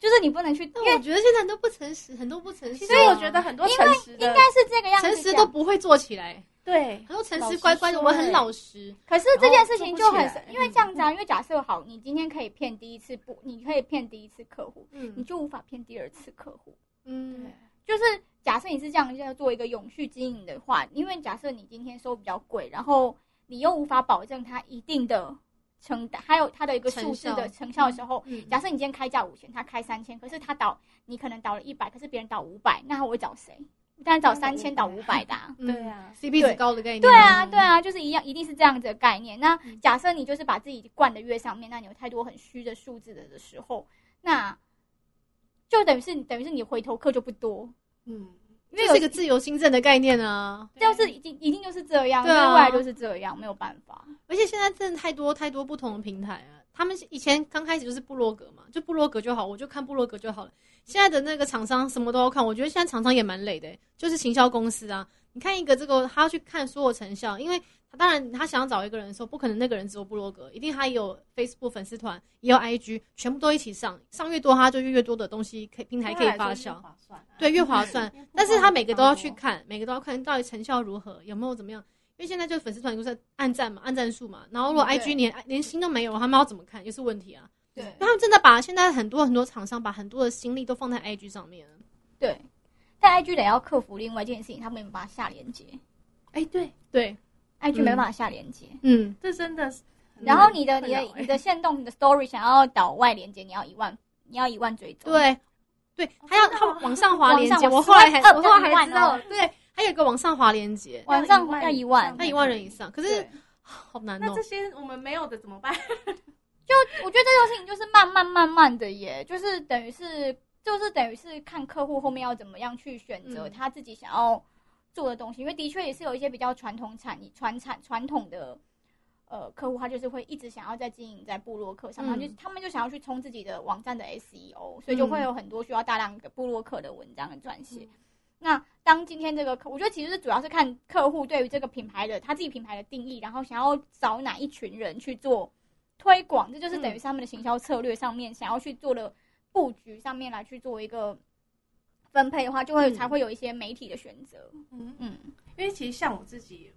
B: 就是你不能去，因
A: 但
B: 为
A: 我觉得现在很多不诚实，很多不诚实。啊
C: 其实我觉得很多诚实的
B: 应该是这个样子
A: 诚实
B: 讲。
A: 都不会做起来，
C: 对
A: 很多诚实乖乖的，我们很老实。
B: 可是这件事
A: 哦
B: 情就
C: 然
B: 很
C: 后做不起来，
B: 因为这样子啊，因为假设好，你今天可以骗第一次不，你可以骗第一次客户，你
A: 嗯
B: 就无法骗第二次客户。
A: 嗯
B: 就是假设你是这样要做一个永续经营的话，因为假设你今天收比较贵，然后你又无法保证它一定的承担，还有它的一个数字的成效的时候，
A: 嗯，
B: 假设你今天开价五千，他开三千，可是他倒你可能倒了一百，可是别人倒五百，那我会找谁？当然找三千倒五百 的、啊。
A: 嗯
C: 对啊，
A: ，CP 值高的概念。
B: 对啊，对啊，就是一样，一定是这样子的概念。那
A: 嗯
B: 假设你就是把自己灌的越上面，那你有太多很虚的数字的的时候，那就等于是等于是你回头客就不多，
C: 嗯，
B: 因因
A: 这
B: 为
A: 是
B: 有
A: 一个自由新政的概念啊。
B: 就是一定一定就是这样，因
A: 对
B: 为
A: 啊
B: 未来就是这样，没有办法。
A: 而且现在真的太多太多不同的平台啊。他们以前刚开始就是部落格嘛，就部落格就好，我就看部落格就好了。现在的那个厂商什么都要看，我觉得现在厂商也蛮累的欸、就是行销公司啊。你看一个这个，他要去看所有成效，因为他当然他想要找一个人的时候，不可能那个人只有部落格，一定他也有 Facebook 粉丝团，也有 IG，全部都一起上，上越多他就越越多的东西可以平台可以发酵。
C: 划算啊
A: 对，越划算
C: 因为曝光。
A: 但是他每个都要去
C: 量
A: 看，每个都要看到底成效如何，有没有怎么样？因为现在就粉丝团就是按赞嘛，按赞数嘛。然后如果
B: 嗯对
A: IG 连连心都没有，他们要怎么看也是问题啊。
B: 对
A: 因为他们真的把现在很多很多厂商把很多的心力都放在 IG 上面了。
B: 对，但 IG 得要克服另外一件事情，他没办法下连接
C: 哎、对，
A: 对，
B: ，IG 没办法下连接。
A: 嗯，
C: 这真的是。
B: 然后你的你的
C: 困扰欸
B: 你的线动你的 story 想要导外连接，你要一万你要一万追踪。
A: 对，对，他要他往上滑
B: 往
A: 连
B: 上
A: 接，
B: 往
A: 我后来还
B: swipe up
A: 我后来
B: 要
A: 还
B: 一万
A: 知道
B: 哦，
A: 对，还有一个往上滑连接，
B: 晚上
C: 要
B: 要
C: 一
B: 一
C: 万
B: 万
A: 那一万人以上，可是
B: 对
A: 好难
C: 那
A: 哦
C: 这。些我们没有的怎么办？
B: 就我觉得这种事情就是慢慢慢慢的耶，就是等于是就是等于是看客户后面要怎么样去选择
A: 嗯
B: 他自己想要做的东西，因为的确也是有一些比较传统产业、传产传统的呃客户，他就是会一直想要在经营在部落客上，
A: 嗯
B: 他就他们就想要去冲自己的网站的 SEO，所以就会有很多需要大量的部落客的文章的撰写。
A: 嗯
B: 那当今天这个客，我觉得其实主要是看客户对于这个品牌的他自己品牌的定义，然后想要找哪一群人去做推广，这
A: 嗯
B: 就是等于是他们的行销策略上面想要去做的布局上面来去做一个分配的话，就会
A: 嗯
B: 才会有一些媒体的选择。
C: 嗯，
B: 嗯，
C: 因为其实像我自己，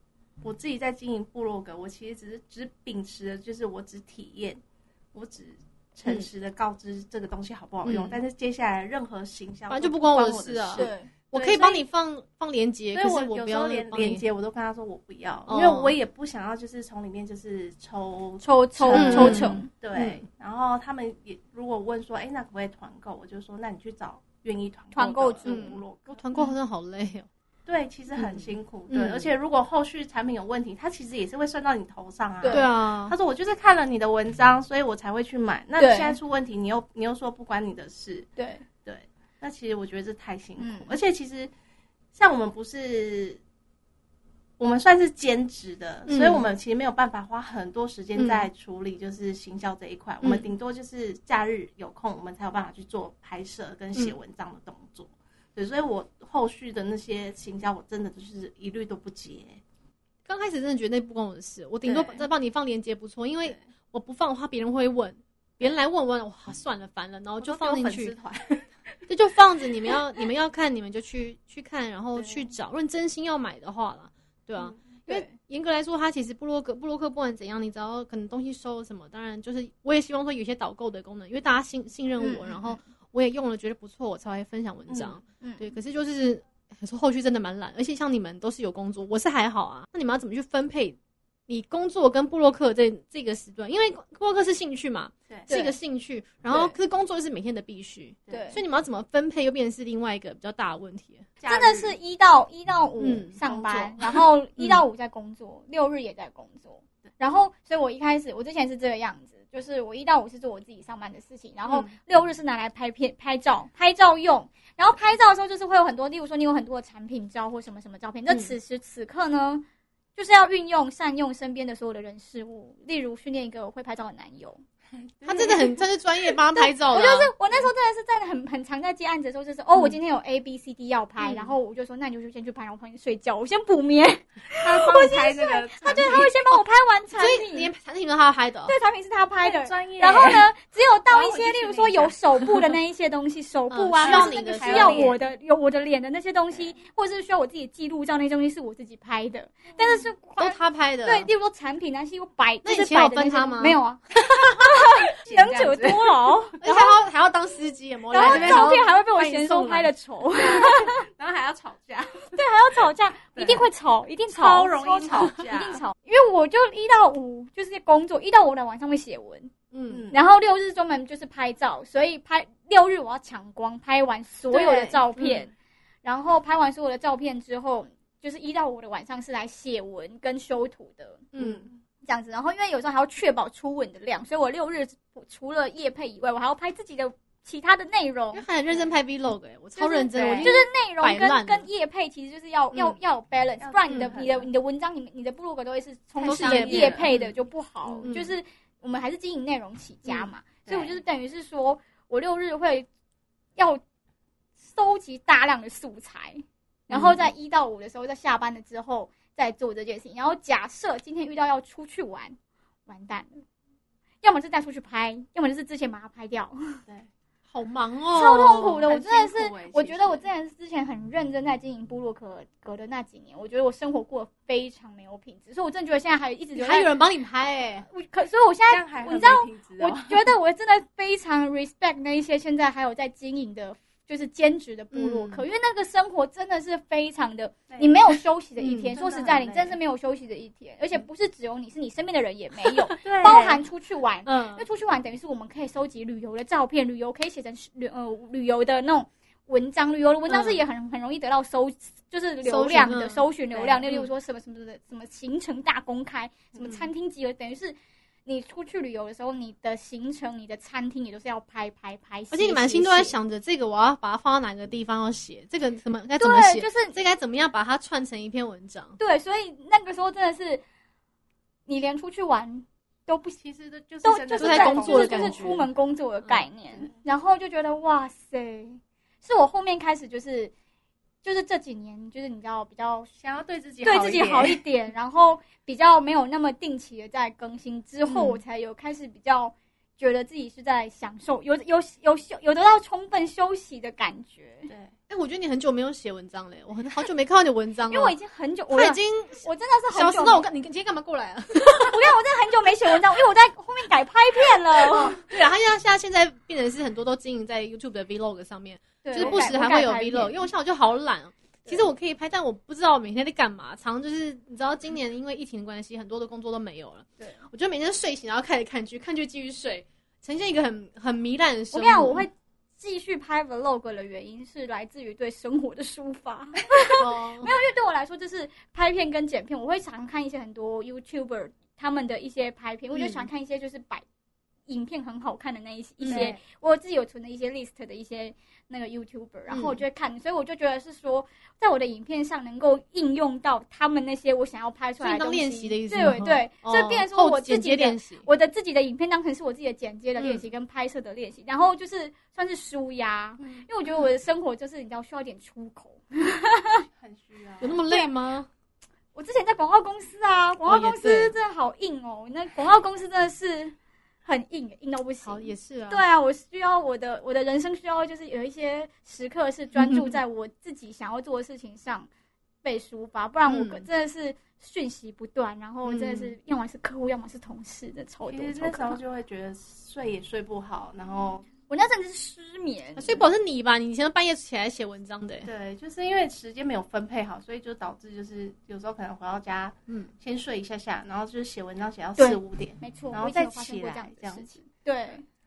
C: 我自己在经营部落格，我其实只是只秉持的就是我只体验，我只诚实的告知这个东西好不好用，
A: 嗯
C: 但是接下来任何行销
A: 反正就不
C: 关
A: 关我
C: 的
A: 的事啊
C: 事
B: 对，
A: 我
C: 对
A: 可以
C: 所
A: 帮
C: 以
A: 你放放连接，
C: 所
A: 可
C: 以
A: 是
C: 我
A: 我
C: 有
A: 不
C: 时
A: 要
C: 候连
A: 帮你
C: 连接我都跟他说我不要，
A: 哦
C: 因为我也不想要就是从里面就是抽
B: 抽抽
A: 嗯
B: 抽
A: 嗯
B: 成，
C: 对，然后他们也如果问说，哎，那可不可以团购？我就说，那你去找愿意团
B: 团购
C: 购的
B: 组
C: 部落格
A: 我。团购好像好累哦。
C: 对，其实很辛苦，
A: 嗯
C: 对，
A: 嗯
C: 而且如果后续产品有问题，他其实也是会算到你头上啊。
B: 对
A: 对啊
C: 他，说我就是看了你的文章，所以我才会去买。那
B: 对
C: 现在出问题，你又你又说不关你的事，
B: 对，
C: 那其实我觉得这太辛苦。
B: 嗯
C: 而且其实像我们不是，我们算是兼职的，
A: 嗯
C: 所以我们其实没有办法花很多时间在处理就是行销这一块。
A: 嗯
C: 我们顶多就是假日有空，我们才有办法去做拍摄跟写文章的动作。对，所以我后续的那些行销，我真的就是一律都不接。
A: 刚开始真的觉得那不关我的事，我顶多
C: 对
A: 再帮你放链接不错，因为
C: 对嗯
A: 我不放的话，别人会问，别人来问问，哇，算了，烦了，然后哦就放进
C: 我都丢
A: 去，
C: 粉丝团，
A: 这就放着，你们要 你们要看，你们就去去看，然后
C: 对嗯
A: 去找。如果你真心要买的话啦，对啊，因为
B: 对
A: 严格来说，它其实布洛克布洛克不管怎样，你只要可能东西收了什么，当然就是我也希望说有些导购的功能，因为大家信信任我，
B: 嗯嗯
A: 然后我也用了觉得不错，我才会分享文章。
B: 嗯，
A: 对，可是就是可是后续真的蛮懒，而且像你们都是有工作，我是还好啊。那你们要怎么去分配你工作跟布洛克这这个时段？因为布洛克是兴趣嘛，
C: 对
A: 是一个
B: 对
A: 兴趣，然后
B: 对
A: 可是工作是每天的必须，
B: 对
A: 所以你们要怎么分配又变成是另外一个比较大的问题。
B: 真的是一到一到五
A: 嗯
B: 上班，
C: 工
B: 然 后一到五在工作，六日也在工作。然后，所以我一开始我之前是这个样子，就是我一到五是做我自己上班的事情，然后
A: 嗯
B: 六日是拿来拍片、拍照、拍照用。然后拍照的时候就是会有很多，例如说你有很多的产品照或什么什么照片，那
A: 嗯
B: 此时此刻呢，就是要运用善用身边的所有的人事物，例如训练一个我会拍照的男友，
A: 他真的 很他是专业帮他拍照
B: 我
A: 的
B: 就
A: 啊、
B: 是我那时候真的是在很很常在接案子的时候，就是哦，
A: 嗯
B: 我今天有 A B C D 要
A: 嗯
B: 拍，然后我就说那你就先去拍，然后我旁边睡觉，我先补眠。
C: 他帮你拍那个，
B: 他就是他会先帮我拍完产
A: 所以
B: 品，
A: 连产品都他要拍的哦、
B: 对产品是他拍的
C: 很。专业。
B: 然后呢，只有到一
C: 然后我就
B: 些
C: 去
B: 例如
C: 那
B: 说
C: 一
B: 有
C: 家
B: 手部的那一些东西，手部啊，
A: 需
B: 或
A: 要
B: 是
A: 你
B: 那个
A: 的
B: 需
A: 手
B: 要
C: 脸
B: 我的有我的脸的那些东西，或者是需要我自己记录照那些东西是我自己拍的，但是是
A: 都他拍的。哦
B: 对，例如说产品那些我摆，
A: 那以
B: 就是
A: 前有
B: 摆的那
A: 分
B: 些
A: 他
B: 东西
A: 吗
B: 没有啊，
C: 这样
B: 能
C: 子
B: 者多劳。
A: 而且还要还要当司机，有没有
B: 然
A: 来
B: 后
A: 这边
B: 照片
A: 还要
B: 还会被我
A: 把你
B: 嫌
A: 送
B: 说拍
A: 来
B: 的丑。
C: 然后还要吵架，
B: 要吵架，
C: 对
B: 一定会吵，一定
C: 超
B: 超
C: 容易
B: 超
C: 吵
B: 吵，
C: 架
B: 一定吵。因为我就一到五就是在工作，一到五的晚上会写文，
A: 嗯，
C: 嗯，
B: 然后六日专门就是拍照，所以拍六日我要抢光，拍完所有的照片，
C: 嗯
B: 然后拍完所有的照片之后，就是一到五的晚上是来写文跟修图的。
A: 嗯，
B: 这样子，然后因为有时候还要确保初吻的量，所以我六日除了夜配以外，我还要拍自己的其他的内容
A: 因为，很认真拍 vlog 哎、我超认真，
C: 对
A: 我
B: 就是内容
A: 摆烂了
B: 跟跟业配其实就是要、要
A: 嗯
B: 要有 balance，
C: 要
B: 不然你的
C: 平衡
B: 你的你的文章、你你的部落格都会是充
A: 都
B: 斥
A: 是
B: 着
A: 业配
B: 业配的，就不好。
A: 嗯
B: 就是我们还是经营内容起家嘛，
C: 嗯
B: 所以我就是等于是说我六日会要收集大量的素材，然
A: 嗯
B: 后在一到五的时候，在下班了之后再做这件事情。然后假设今天遇到要出去玩，完蛋了。要么是带出去拍，要么就是之前把它拍掉，
C: 对，
A: 好忙哦，
B: 超痛苦的。我
C: 很
B: 真的
C: 辛
B: 是
C: 苦欸
B: 我
C: 其
B: 觉得我
C: 实
B: 之前之前很认真在经营部落格格的那几年，我觉得我生活过得非常没有品质，所以我真的觉得现在还一直留
A: 还有
B: 在
A: 人帮你拍哎、
B: 我可，所以我现
C: 这
B: 在
C: 样还
B: 你
C: 很
B: 知道
C: 没品质
B: 我
C: 哦
B: 觉得我真的非常 respect 那一些现在还有在经营的，就是兼职的部落客，
A: 嗯
B: 因为那个生活真的是非常的，
C: 对
B: 你没有休息的一
A: 嗯
B: 天。
C: 真
B: 说
C: 的
B: 实在，
C: 很
B: 你真的
C: 累
B: 是没有休息的一天，而且不是只有你，是你身边的人也没有，
C: 对
B: 包含出去玩，因为
A: 嗯，
B: 出去玩等于是我们可以收集旅游的照片，旅游可以写成是旅呃旅游的那种文章，旅游的文章
A: 嗯
B: 是也很很容易得到搜，就是流
A: 搜寻
B: 量的
A: 嗯
B: 搜寻流量。
A: 对
B: 例如说什么什么的，什么行程大公开，什么
C: 嗯
B: 餐厅集合，等于是你出去旅游的时候，你的行程、你的餐厅也都是要拍拍拍。
A: 而且你满心都在想着这个我要把它放到哪个地方要写，这个怎么该怎么
B: 对，
A: 写，
B: 就是
A: 这该怎么样把它串成一篇文章。
B: 对，所以那个时候真的是你连出去玩都不
C: 其实都就是
B: 都
C: 真
B: 就
C: 的
B: 是
A: 在工作的
B: 就
A: 感
B: 是
A: 觉
B: 就是出门工作的概念，
C: 嗯
B: 然后就觉得哇塞，是我后面开始就是就是这几年就是你知道比较
C: 想要对自己
B: 对自己好
C: 一
B: 一点，然后比较没有那么定期的在更新之后，
A: 嗯
B: 我才有开始比较觉得自己是在享受有有有休有得到充分休息的感觉，
C: 点对。
A: 哎、我觉得你很久没有写文章嘞，我很好久没看到你的文章
B: 因
A: 了，
B: 为我已经很久我
A: 他已经
B: 我真的是
A: 消
B: 很
A: 失
B: 久
A: 到我干，你今天干嘛过来 啊？
B: 我跟你讲我真的很久没写文章，因为我在后面改拍 片了，
A: 对啊，他现在现在现在变成是很多都经营在 YouTube 的 Vlog 上面，
B: 对
A: 就是
B: 我
A: 不
B: 改
A: 时
B: 我
A: 还
B: 改
A: 会有
B: 拍片
A: Vlog，因为我像我就好懒哦。
B: 对
A: 其实我可以拍，但我不知道我每天在干嘛。常就是你知道，今年因为疫情的关系，很多的工作都没有了。
B: 对，
A: 我就每天睡醒，然后开始看剧，看剧继续睡，呈现一个很很糜烂的
B: 我
A: 生活。
B: 跟你讲，我会继续拍 vlog 的原因是来自于对生活的抒 发，因
A: 哦
B: 为对我来说，就是拍片跟剪片，我会常看一些很多 YouTuber 他们的一些拍片，我就
A: 嗯
B: 喜欢看一些就是摆影片很好看的那一些一
A: 嗯
B: 些，我自己有存的一些 list 的一些那个
A: 嗯
B: YouTuber，然后我就会看，所以我就觉得是说，在我的影片上能够应用到他们那些我想要拍出
A: 所
B: 来
A: 以
B: 的
A: 当
B: 东西，
A: 练习的意思吗。
B: 对对，
A: 哦
B: 所以变成说我
A: 后
B: 自
A: 剪
B: 己
A: 接
B: 的
A: 练习。
B: 我的自己的影片当成是我自己的剪接的练习跟拍摄的练习，然后就是算是舒压，
C: 嗯
B: 因为我觉得我的生活就是你知道需要一点出口。
C: 很需要。
A: 有那么
B: 啊
A: 累吗？
B: 我之前在广告公司啊，广告公
A: 哦也
B: 司真的好硬哦，那广告公司真的是很硬，硬到不
A: 好，也
B: 行。
A: 是啊。
B: 对，啊，我需要我的我的人生需要就是有一些时刻是专 注在我自己想要做的事情上被抒发，不然我
A: 嗯
B: 真的是讯息不断，然后真的是要么是客户，要么是同事的超
C: 其
B: 多
C: 实
B: 超
C: 那
B: 可
C: 时候
B: 怕。
C: 就会觉得睡也睡不好，然后
B: 我那阵子是失眠，
A: 啊所以宝是你吧？你以前都半夜起来写文章的欸。
C: 对，就是因为时间没有分配好，所以就导致就是有时候可能回到家
A: 嗯，
C: 先睡一下下，然后就是写文章写到
B: 对
C: 四五点，
B: 没错，
C: 然
B: 我
C: 后
B: 以前
C: 再
B: 有发生
C: 起
B: 过
C: 来
B: 这样
C: 这
B: 的
C: 样
B: 事
C: 子
B: 情。对，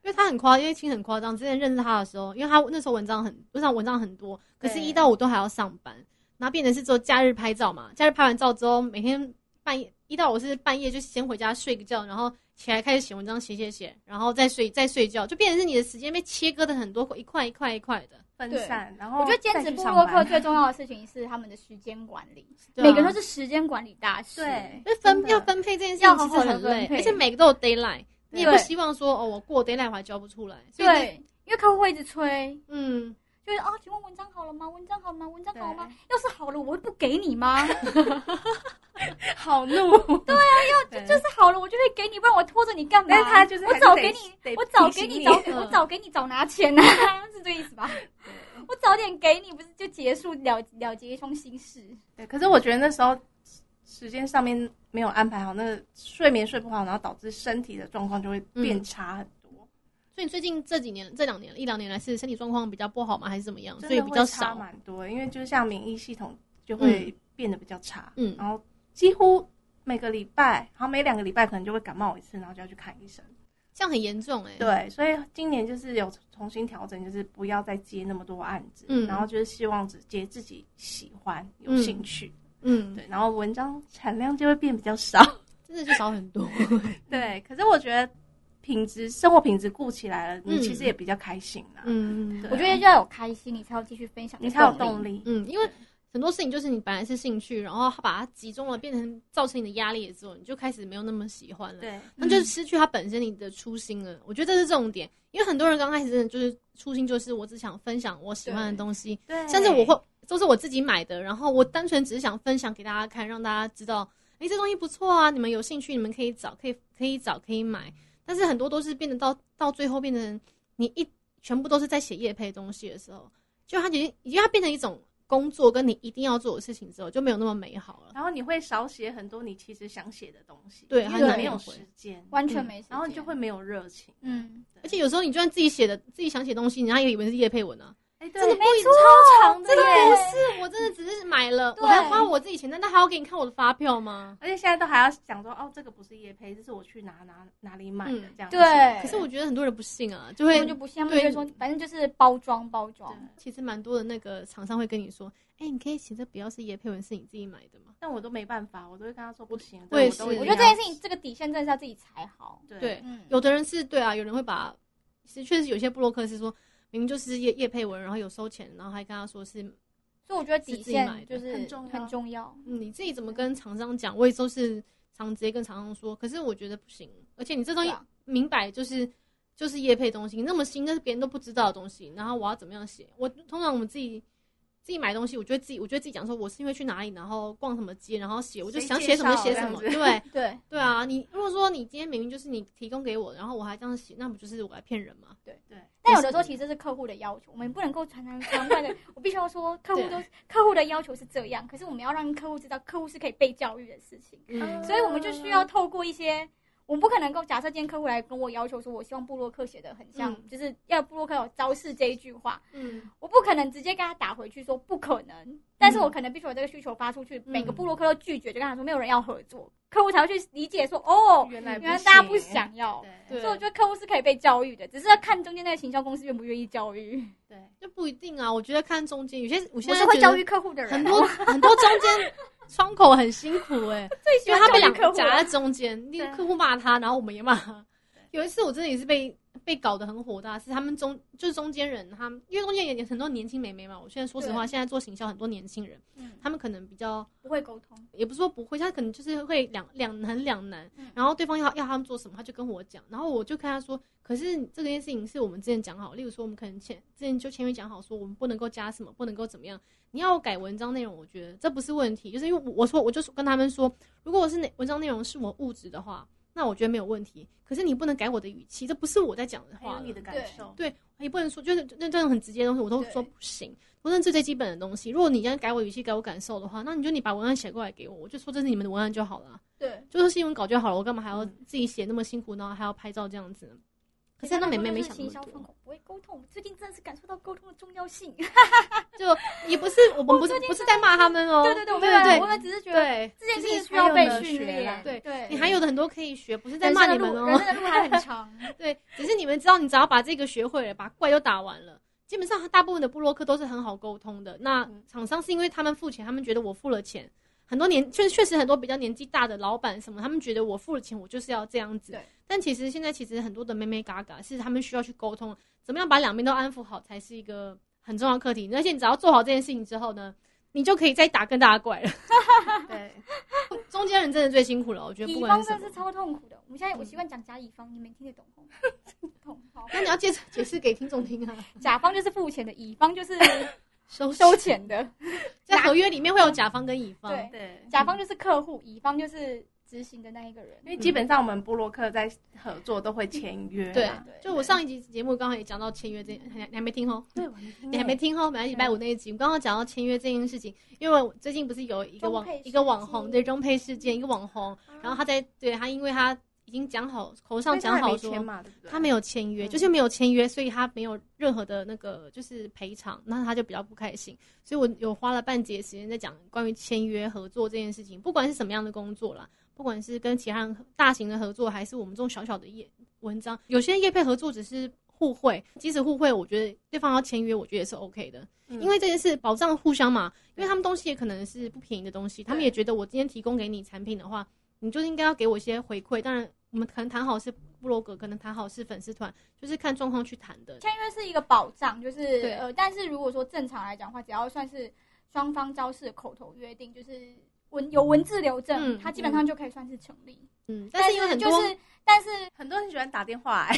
A: 因为他很夸，因为青很夸张。之前认识他的时候，因为他那时候文章很，不是他文章很多，可是
C: 对
A: 一到五都还要上班，然后变成是只有假日拍照嘛。假日拍完照之后，每天半夜一到五是半夜就先回家睡个觉，然后起来开始写文章，写写写，然后再睡再睡觉，就变成是你的时间被切割的很多一块一块一块的。
C: 分
B: 对
C: 散。然后
B: 我觉得兼
C: 再
B: 职
C: 去
B: 部
C: 上
B: 落客
C: 班
B: 最重要的事情是他们的时间管 理，
A: 对啊
B: 每个人都是时间管理大师。
C: 对，
A: 因为分
C: 真的
A: 要分配这件事
B: 要
A: 情
B: 好
A: 其
B: 好
A: 实
B: 地
A: 很累
B: 分，配
A: 而且每个都有 d a y l i g h t 你也不
B: 对
A: 希望说哦，我过 d a y l i g h t 我还交不出来。所以那，
B: 对，因为客户会一直催，
A: 嗯，
B: 就是啊，请问文章好了吗？文章好了吗？文章好了吗
C: 对？
B: 要是好了，我会不给你 吗？要
C: 好怒， 对啊，要
B: 是好了，我就会给你，不然我拖着你干嘛？
C: 但是他就是
B: 我
C: 还是
B: 早
C: 得
B: 给你，
C: 得
B: 我早
C: 提
B: 给
C: 醒
B: 你，
C: 你
B: 早给
A: 嗯
B: 我早给你，早拿钱啊， 是这意思吧？我早点给你，不是就结束了了结一桩心事？
C: 对。可是我觉得那时候时间上面没有安排好，那个睡眠睡不好，然后导致身体的状况就会
A: 嗯
C: 变差很多，
A: 所以你最近这几年、这两年、一两年来是身体状况比较不好吗？还是怎么样？所
C: 真
A: 以
C: 的
A: 比
C: 会
A: 较
C: 差
A: 少。
C: 蛮多。因为就像免疫系统就会变得比较差，
A: 嗯
C: 然后几乎每个礼拜，然后每两个礼拜可能就会感冒一次，然后就要去看医生。
A: 这样很严重哎、欸。，
C: 对，所以今年就是有重新调整，就是不要再接那么多案子，
A: 嗯
C: 然后就是希望只接自己喜欢、有
A: 嗯
C: 兴趣，
A: 嗯，
C: 对，然后文章产量就会变比较少。
A: 真的是少很多。
C: 对，可是我觉得品质、生活品质顾起来了，你
A: 嗯
C: 其实也比较开心啦。
A: 嗯
C: 对啊
B: 我觉得要有开心，你才有继续分享，
C: 你才有动。力。
A: 嗯，因为很多事情就是你本来是兴趣，然后把它集中了，变成造成你的压力之后，你就开始没有那么喜欢了。
C: 对，
A: 那就是失去它本身你的初心了。我觉得这是重点，因为很多人刚开始真的就是初心就是我只想分享我喜欢的东西，
C: 对，
A: 甚至我会都是我自己买的，然后我单纯只是想分享给大家看，让大家知道，诶，这东西不错啊，你们有兴趣你们可以找，可以可以找，可以买。但是很多都是变得到到最后变成你一全部都是在写业配的东西的时候，就它已经已经它变成一种工作，跟你一定要做的事情之后就没有那么美好了。
C: 然后你会少写很多你其实想写的东西，
A: 对
C: 因
A: 很
C: 为你
A: 难
C: 没有
A: 回
C: 时间，嗯
B: 完全没时间，
C: 然后你就会没有热情。
B: 嗯，
A: 而且有时候你就算自己写的自己想写东西，人家也以为是业配文啊，
C: 哎，对
A: 真的不一定
C: 超长的
A: 这个
C: 耶
A: 不是，我真的只是买了，
B: 对
A: 我还花我自己钱，难道还要给你看我的发票吗？
C: 而且现在都还要想说，哦，这个不是叶配，这是我去哪哪哪里买的
A: 嗯
C: 这样子。
B: 对
A: 可是我觉得很多人不信啊，就
B: 他
A: 会
B: 们就不信，他们就会说，反正就是包装包装
C: 对。
A: 其实蛮多的那个厂商会跟你说，哎、你可以写这不要是叶佩文是你自己买的嘛？
C: 但我都没办法，我都会跟他说不行。
A: 我也
C: 这个
A: 是
C: 我
B: 我
C: 都
B: 觉得
C: 一定
B: 这
C: 要
B: 件事情，这个底线真的是要自己踩好。
A: 对，
B: 嗯，
A: 有的人是对啊，有人会把，其实确实有些布洛克是说，明明就是叶叶佩文，然后有收钱，然后还跟他说是，
B: 所以我觉得底线就是是
C: 自己买的很重要
B: 很重要。
A: 嗯，你自己怎么跟厂商讲，我也都是常直接跟厂商说，可是我觉得不行，而且你这东西
B: 对啊
A: 明摆就是。就是叶配东西，那么新，那是别人都不知道的东西。然后我要怎么样写？我通常我们自己自己买东西，我就会自己，我就会自己讲说，我是因为去哪里，然后逛什么街，然后写，我就
C: 谁
A: 想
C: 介
A: 写什么
C: 绍
A: 写
C: 这
A: 什
C: 样
A: 么。
C: 子
A: 对，
B: 对，
A: 对啊，你如果说你今天明明就是你提供给我，然后我还这样写，那不就是我来骗人吗？
C: 对，
B: 但有的时候其实这是客户的要求，我们不能够传传传怪的。我必须要说，客户都客户的要求是这样，可是我们要让客户知道，客户是可以被教育的事情，
A: 嗯，
B: 所以我们就需要透过一些。我们不可能够假设今天客户来跟我要求说，我希望布洛克写的很像，
A: 嗯
B: 就是要布洛克有招式这一句话，
A: 嗯，
B: 我不可能直接跟他打回去说不可能，但是我可能必须有这个需求发出去，每个布洛克都拒绝，就跟他说没有人要合作，客户才会去理解说哦，
C: 原来
B: 原来大家不
C: 行
B: 想要，
A: 对
C: 对
B: 所以我觉得客户是可以被教育的，只是要看中间那个行销公司愿不愿意教育。
C: 对，
A: 就不一定啊。我觉得看中间有些，我现在
B: 我是会
A: 觉
B: 教
A: 得
B: 育客户的人，啊
A: 很多很多中间 窗口很辛苦哎、
B: 最喜
A: 因为
B: 欢
A: 他被
B: 教
A: 两
B: 育客
A: 个
B: 户啊
A: 夹
B: 了。
A: 在中间，那
C: 对
A: 个客户骂他，然后我们也骂他
C: 对。
A: 有一次我真的也是被被搞得很火大，是他们中就是中间人，他们因为中间也很多年轻美眉嘛。我现在说实话，
B: 对
A: 现在做行销很多年轻人，
B: 嗯，
A: 他们可能比较
B: 不会沟通，
A: 也不是说不会，他可能就是会两两难两难
B: 嗯，
A: 然后对方要要他们做什么，他就跟我讲，然后我就跟他说，可是这件事情是我们之前讲好，例如说我们可能前之前就签约讲好说我们不能够加什么，不能够怎么样，你要我改文章内容，我觉得这不是问题，就是因为我我说我就是跟他们说，如果我是内文章内容是我物质的话，那我觉得没有问题，可是你不能改我的语气，这不是我在讲的
C: 还
A: 话
C: 有
A: 了
C: 你的感受，
A: 对，也不能说就是那这种很直接的东西，我都
B: 对
A: 说不行。我认这最基本的东西。如果你要改我语气、改我感受的话，那你就你把文案写过来给我，我就说这是你们的文案就好了，
B: 对，
A: 就说新闻稿就好了。我干嘛还要
C: 嗯
A: 自己写那么辛苦，然后还要拍照这样子？可是那妹妹没想那
B: 行
A: 么
B: 销窗
A: 多，
B: 口不会沟通，我最近真的是感受到沟通的重要性。
A: 就也不是我们不是不是在骂他们哦。
B: 对对对，我们
A: 对
B: 我
A: 对
B: 们只是觉得
A: 对，
B: 这件事情需要被训
C: 就是还有得学
B: 练
C: 啦。
A: 啊对
B: 对，
A: 你还有的很多可以学，不是在
B: 人
A: 骂
B: 生
A: 你
B: 的
A: 们
B: 路，人
A: 哦。
B: 生的路还很长。
A: 对，只是你们知道，你只要把这个学会了，把怪都打完了，基本上大部分的布洛克都是很好沟通的。那
C: 嗯
A: 厂商是因为他们付钱，他们觉得我付了钱，很多年确确实很多比较年纪大的老板什么，他们觉得我付了钱，我就是要这样子
B: 对。
A: 但其实现在其实很多的妹妹嘎嘎是他们需要去沟通，怎么样把两边都安抚好才是一个很重要的课题。而且你只要做好这件事情之后呢，你就可以再打更大的怪了。
C: 对，
A: 中间人真的最辛苦了，我觉得不
B: 乙
A: 管
B: 方
A: 是什
B: 真
A: 么
B: 的是。超痛苦的。我们现在
A: 嗯
B: 我习惯讲甲乙方，你们听得懂吗？ 懂好，
A: 那你要解释解释给听众听 啊，
B: 甲方就是付钱的，乙 方就是
A: 收
B: 收钱的。
A: 在合约里面会有甲方跟乙方，
B: 对
C: 对，
B: 甲方就是客户，乙方就是执行的那一个人
C: 因。为基本上我们布洛克在合作都会签约，
A: 对
B: 啊，
A: 就我上一集节目刚好也讲到签约这，你还你还没听哦，
C: 对，我还没听
A: 你还没听哦，本来礼拜五那一集，我们刚刚讲到签约这件事情，因为我最近不是有一个网
B: 中配事件嗯
A: 一个网红对中配事件，一个网红，然后他在对他，因为他已经讲好口上讲好说
C: 签嘛，对不对？
A: 他没有签约，
C: 嗯
A: 就是没有签约，所以他没有任何的那个就是赔偿，那他就比较不开心。所以我有花了半节时间在讲关于签约合作这件事情，不管是什么样的工作啦，不管是跟其他人大型的合作，还是我们这种小小的业文章，有些业配合作只是互惠，即使互惠，我觉得对方要签约，我觉得也是 OK 的，
C: 嗯
A: 因为这件事保障互相嘛，因为他们东西也可能是不便宜的东西，他们也觉得我今天提供给你产品的话，你就应该要给我一些回馈，当然。我们可能谈好是部落格，可能谈好是粉丝团，就是看状况去谈的。
B: 签约是一个保障，就是
A: 对
B: 呃，但是如果说正常来讲的话，只要算是双方交涉口头约定，就是文有文字留证，
A: 嗯
B: 它基本上就可以算是成立。
A: 嗯，但是因为很多、
B: 就是，但是
C: 很多人喜欢打电话、哎，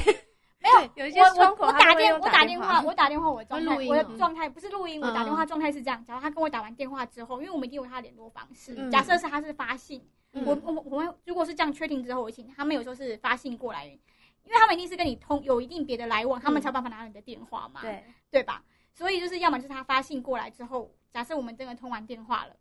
B: 没有。
C: 有一些
B: 我
C: 窗
B: 我
C: 口
B: 我
C: 他
B: 打
C: 们会
B: 电
C: 用
B: 我
C: 打
B: 电
C: 话
B: 话，我打电话我的状态
A: 会录音
B: 我的
C: 哦
A: 嗯
B: 状态不是录音，我打
A: 嗯
B: 电话状态是这样，假如他跟我打完电话之后，因为我们一定有他的联络方式，
C: 嗯
B: 假设是他是发信，
A: 嗯
B: 我我我们如果是这样确定之后，我请他们有时候是发信过来，因为他们一定是跟你通有一定别的来往，他们才有办法拿到你的电话嘛，
C: 嗯对，
B: 对吧？所以就是要么就是他发信过来之后，假设我们真的通完电话了。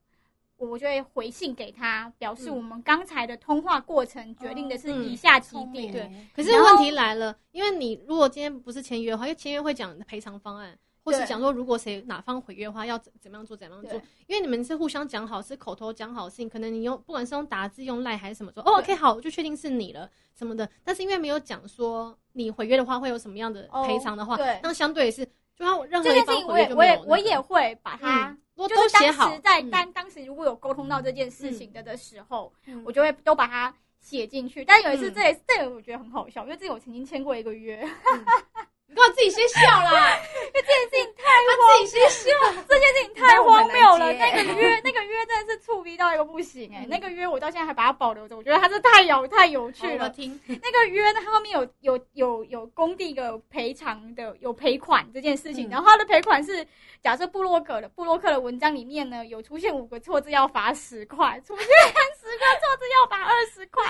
B: 我我就会回信给他，表示
A: 嗯
B: 我们刚才的通话过程决定的是
A: 嗯
B: 以下几
C: 聪
B: 点
C: 明，
A: 对
C: 哎
A: 可是
B: 然后
A: 问题来了，因为你如果今天不是签约的话，因为签约会讲赔偿方案，或是
B: 对
A: 讲说如果谁哪方毁约的话，要怎怎么样做，怎么样做
B: 对。
A: 因为你们是互相讲好，是口头讲好信，可能你用不管是用打字、用赖还是什么说，哦，OK，
B: 对
A: 好，我就确定是你了什么的。但是因为没有讲说你毁约的话会有什么样的赔偿的话，
B: 哦对
A: 那相对也是，就像任
B: 这
A: 何一
B: 件事
A: 方
B: 情我
A: 毁约
B: 也
A: 就
B: 我
A: 没有
B: 也
A: 那个、嗯
B: 我也会把它，
A: 如果
B: 就
A: 都
B: 是
A: 写
B: 当
A: 好
B: 时，在
A: 嗯
B: 当、当时如果有沟通到这件事情的的时候，
C: 嗯
B: 我就会都把它写进去。但有一次
A: 嗯
B: 这也这个我觉得很好笑，因为这个我曾经签过一个 约，
A: 你干嘛自己先笑 啦？
B: 他自己先笑，这件事情太荒谬了。
C: 那我很难
B: 那
C: 接
B: 个约那个约真的是触逼到一个不行哎、
A: 嗯
B: 那个约我到现在还把它保留着，我觉得它是太有太有趣
A: 哦我
B: 了。
A: 听，
B: 那个约呢，它后面有有有有工地有赔偿的，有赔款这件事情。
A: 嗯
B: 然后它的赔款是，假设布洛克的布洛克的文章里面呢，有出现五个错字要罚十块，出现十个错字要罚二十块。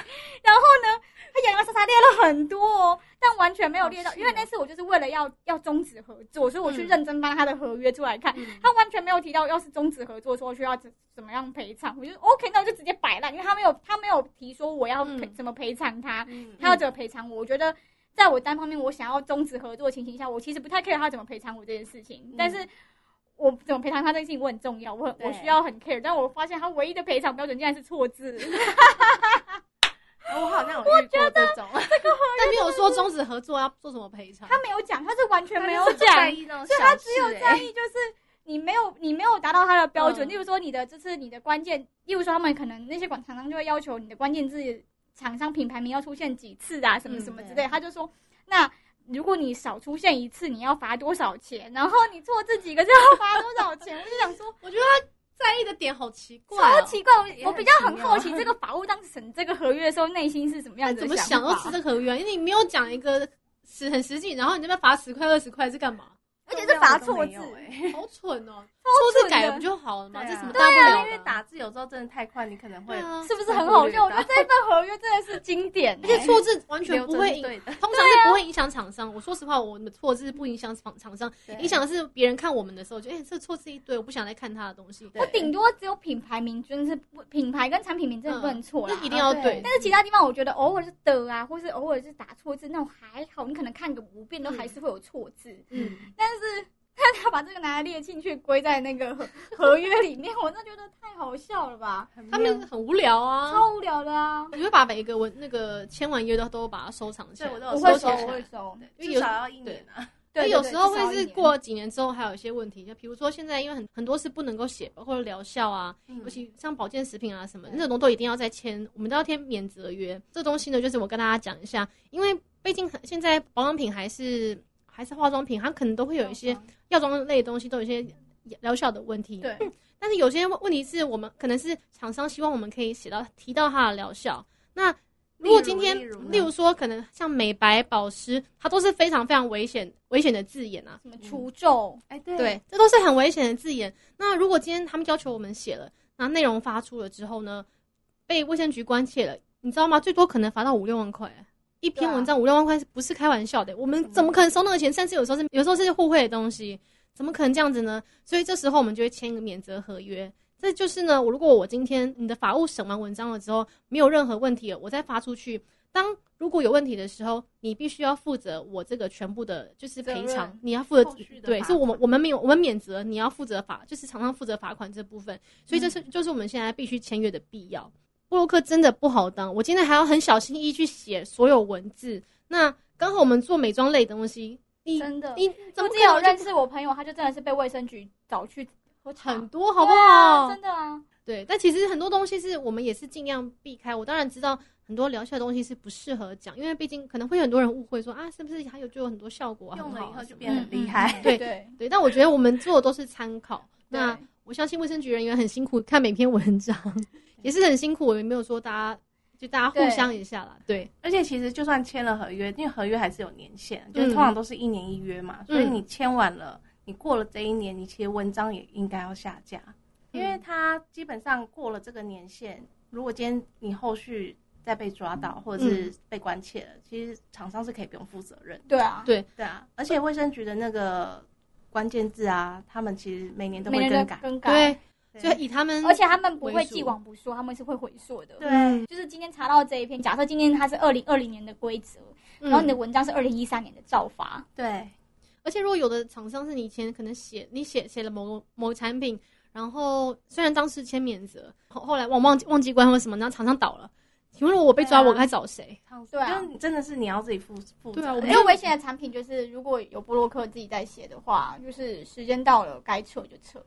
B: 然后呢，他洋洋洒洒列了很多哦，但完全没有列到，
C: 好气哦
B: 因为那次我就是为了要要终止合作，所以我去
A: 嗯
B: 认真翻他的合约出来看。
A: 嗯
B: 他完全没有提到要是终止合作说需要怎怎么样赔偿，我就 OK，那我就直接摆烂，因为他没有他没有提说我要赔、
A: 嗯
B: 怎么赔偿他，
C: 嗯
B: 他要怎么赔偿我？我觉得在我单方面我想要终止合作的情形下，我其实不太 care 他怎么赔偿我这件事情，
C: 嗯
B: 但是我怎么赔偿他这件事情我很重要，我很
C: 对
B: 我需要很 care，但我发现他唯一的赔偿标准竟然是错字，
C: 我好像有遇过这种，
A: 但没有说终止合作要做什么赔偿。
B: 他没有讲，他是完 全没有
C: 他就是不
B: 讲
C: 在，意那种小事、哎他只有
B: 在意就是你没有你没有达到他的标准，
A: 嗯
B: 例如说你的这次你的关键，例如说他们可能那些广厂商就会要求你的关键字厂商品牌名要出现几次啊，什么
A: 嗯
B: 什么
C: 对
B: 之类，他就说那。如果你少出现一次，你要罚多少钱？然后你错字几个就要罚多少钱？我就想说，
A: 我觉得他在意的点好奇怪、哦，
B: 超奇怪。
C: 也
B: 我我
C: 很
B: 比较很
C: 奇妙
B: 好奇，这个法务当时审这个合约的时候，内心是怎么样子
A: 哎怎
B: 的
A: 么想
B: 法
A: 要吃这个合约？因为你没有讲一个实很实际，然后你那边罚十块二十块是干嘛？
B: 而且是罚错字
C: 没有哎
A: 好蠢哦！
B: 超
A: 错字
B: 蠢的
A: 改了不就好了吗？
C: 对啊
A: 这什么大不
C: 对啊，因为
A: 了的？
C: 打字有时候真的太快，你可能会
A: 对啊，
B: 是不是很好笑？我觉得这份合约真的是经典、
A: 而且错字完全
C: 留
A: 不
C: 着
A: 会
C: 是
A: 影，
C: 对的，
A: 通常是不会影响厂商。我说实话，我们的错字不影响厂厂商，影响的是别人看我们的时候，就哎、这错字一堆，我不想再看他的东西。
C: 对
B: 我顶多只有品牌名真的是不品牌跟产品名真的不能错啦
A: 那，一定要
C: 对
A: 对，
B: 但是其他地方我觉得偶尔是的啊，或是偶尔是打错字那种还好，你可能看个五遍都还是会有错字。
A: 嗯，
B: 但是 但他把这个拿来列进去归在那个合合约里面，我真的觉得太好笑了吧，
C: 很
A: 他
C: 妙
A: 们很无聊啊。
B: 超无聊的啊！
A: 你会把每一个文那个签完约都都把它收藏起来，
C: 对我都有
B: 我
A: 收
B: 会
A: 起
B: 收，
A: 来
B: 我会收。
A: 因为
C: 至
A: 有
C: 少要一年啊。
A: 对，
B: 对，
A: 啊有时候
B: 对
A: 会是，过几年之后还有一些问题，就比如说现在因为很很多是不能够写或者疗效啊，
C: 嗯
A: 尤其像保健食品啊什么
C: 对
A: 那种都一定要再签，我们都要签免责约。这东西呢，就是我跟大家讲一下，因为毕竟现在保养品还是还是化妆品，它可能都会有一些药妆类的东西都有一些疗效的问题。
B: 嗯对，
A: 但是有些问题是我们可能是厂商希望我们可以写到提到它的疗效。那如果今天
C: 例如呢
A: 例如说，可能像美白、保湿，它都是非常非常危险危险的字眼啊。
B: 什么除皱，
C: 哎，对
A: 对，这都是很危险的字眼。那如果今天他们要求我们写了，那内容发出了之后呢，被卫生局关切了，你知道吗？最多可能罚到五六万块。一篇
B: 对啊
A: 文章五六万块是不是开玩笑的？我们
C: 嗯
A: 怎么可能收那个钱？甚至有时候是有时候是互惠的东西，怎么可能这样子呢？所以这时候我们就会签一个免责合约。这就是呢，我如果我今天你的法务审完文章了之后没有任何问题了，我再发出去。当如果有问题的时候，你必须要负责我这个全部的，就是赔
B: 责
A: 偿
B: 任，
A: 你要负责
C: 后续的
A: 对，
C: 罚
A: 是我们
C: 款
A: 我们没有我们免责，你要负责罚，就是厂商负责罚款这部分，所以这是、
C: 嗯
A: 就是我们现在必须签约的必要。布洛克真的不好当，我今天还要很小心翼翼去写所有文字。那刚好我们做美妆类的东西，你
B: 真的。
A: 你怎
B: 我
A: 么
B: 之
A: 可
B: 前有
A: 能
B: 认识我朋友，他就真的是被卫生局找去喝茶
A: 很多好不
B: 对啊
A: 好？
B: 真的啊，
A: 对，但其实很多东西是我们也是尽量避开。我当然知道很多疗效的东西是不适合讲，因为毕竟可能会有很多人误会说啊，是不是还有就有很多效果啊
C: 用了
A: 很
C: 以
A: 好啊
C: 后就
A: 什么
C: 变得很厉
B: 嗯
C: 害。
A: 对
B: 对
A: 对，但我觉得我们做的都是参 考。那
B: 对
A: 我相信卫生局人员很辛苦，看每篇文章 也是很辛苦，我也没有说大家就大家互
B: 对
A: 相一下啦。对，
C: 而且其实就算签了合约，因为合约还是有年限，就是
A: 嗯
C: 通常都是一年一约嘛，所以
A: 嗯
C: 你签完了，你过了这一年，你其实文章也应该要下架，因
A: 嗯
C: 为它基本上过了这个年限，如果今天你后续再被抓到或者是被关切了，其实厂商是可以不用负责任的。
B: 对啊，
C: 对啊，而且卫生局的那个关键字啊，他们其实每年都
B: 每
C: 会
B: 年
C: 更
B: 都
C: 改，
B: 更改，
A: 对，就以他们
B: 而且他们不会
A: 为主
B: 既往不说，他们是会回溯的。
C: 对
A: 嗯
B: 就是今天查到这一篇，假设今天它是二零二零年的规则，然后你的文章是二零一三年的造法，
C: 对，
A: 嗯而且如果有的厂商是你以前可能写你写写了某某产品，然后虽然当时签免责，后后来忘忘记忘记关或什么，然后厂商倒了，请问如果我被抓，
C: 对啊
A: 我该找谁？
C: 对
B: 对啊
C: 就是你真的是你要自己负负责
A: 对啊我
C: 任，
A: 们
B: 没有危险的产品，就是如果有布洛克自己在写的话，就是时间到了该撤就撤。嗯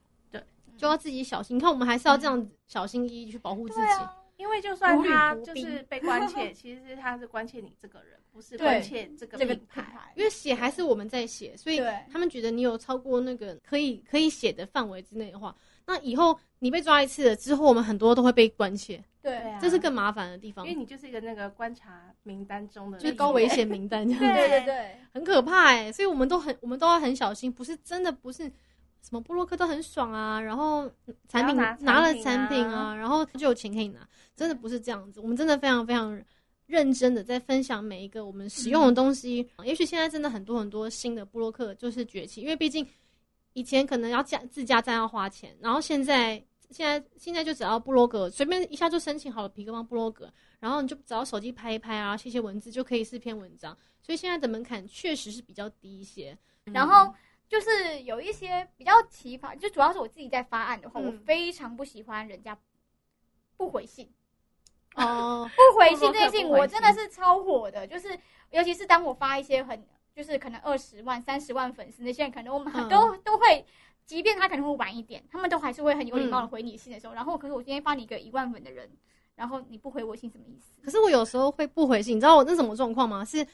A: 就要自己小心。你看，我们还是要这样子小心翼翼去保护自己。
B: 啊
C: 因为就算
B: 如履
C: 他
B: 薄
C: 就
B: 冰
C: 是被关切， 其实他是关切你这个人，不是
B: 对
C: 关切这个
B: 这个
C: 品牌。
A: 因为写还是我们在写，所以
B: 对
A: 他们觉得你有超过那个 可以可以写的范围之内的话，那以后你被抓一次了之后，我们很多都会被关切，
B: 对
C: 对啊
A: 这是更麻烦的地方
C: 因为，你就是一个那个观察名单中的，
A: 就是高危。险名单这样子。
B: 对对对，
A: 很可怕哎、所以我们都很，我们都要很小心，不是真的不是什么布洛克都很爽啊，然后产品
C: 还要拿
A: 拿了
C: 产
A: 产
C: 品
A: 品
C: 啊
A: 啊，然后就有钱可以拿，真的不是这样子，我们真的非常非常。认真的在分享每一个我们使用的
C: 嗯
A: 东西，也许现在真的很多很多新的布洛克就是崛起，因为毕竟以前可能要加自家站要花钱，然后现在现在现在就只要布洛格随便一下就申请好了皮克邦布洛格，然后你就只要手机拍一拍啊，写写文字就可以是篇文章，所以现在的门槛确实是比较低一些。
C: 嗯
B: 然后就是有一些比较奇葩，就主要是我自己在发案的话，
A: 嗯
B: 我非常不喜欢人家不回信，
A: 哦，
B: 不回信这件事情
C: 不回信
B: 我真的是超火的，就是尤其是当我发一些很就是可能二十万、三十万粉丝那些人，可能我们
A: 嗯
B: 都、都会。即便他可能会晚一点，他们都还是会很有礼貌的回你信的时候。然后，可是我今天发你一个一万粉的人，然后你不回我信，什么意思？
A: 可是我有时候会不回信，你知道我那什么状况吗？是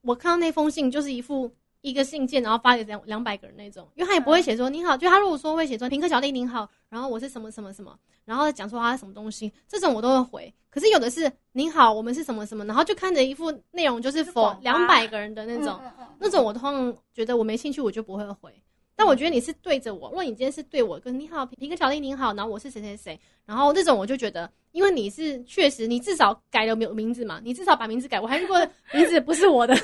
A: 我看到那封信就是一副一个信件，然后发给两两百个人那种，因为他也不会写说你好，就他如果说会写说平克小丽您好，然后我是什么什么什么，然后讲说他什么东西，这种我都会回。可是有的是您好，我们是什么什么，然后就看着一副内容就是
C: 是
A: 否
C: 广发
A: 两百个人的那种，
B: 嗯嗯嗯
A: 那种我通常觉得我没兴趣，我就不会回。但我觉得你是对着我，如果你今天是对我跟你好，平克乔丽您好，然后我是谁谁谁，然后那种我就觉得，因为你是确实你至少改了名名字嘛，你至少把名字改，我还遇过名字不是我的，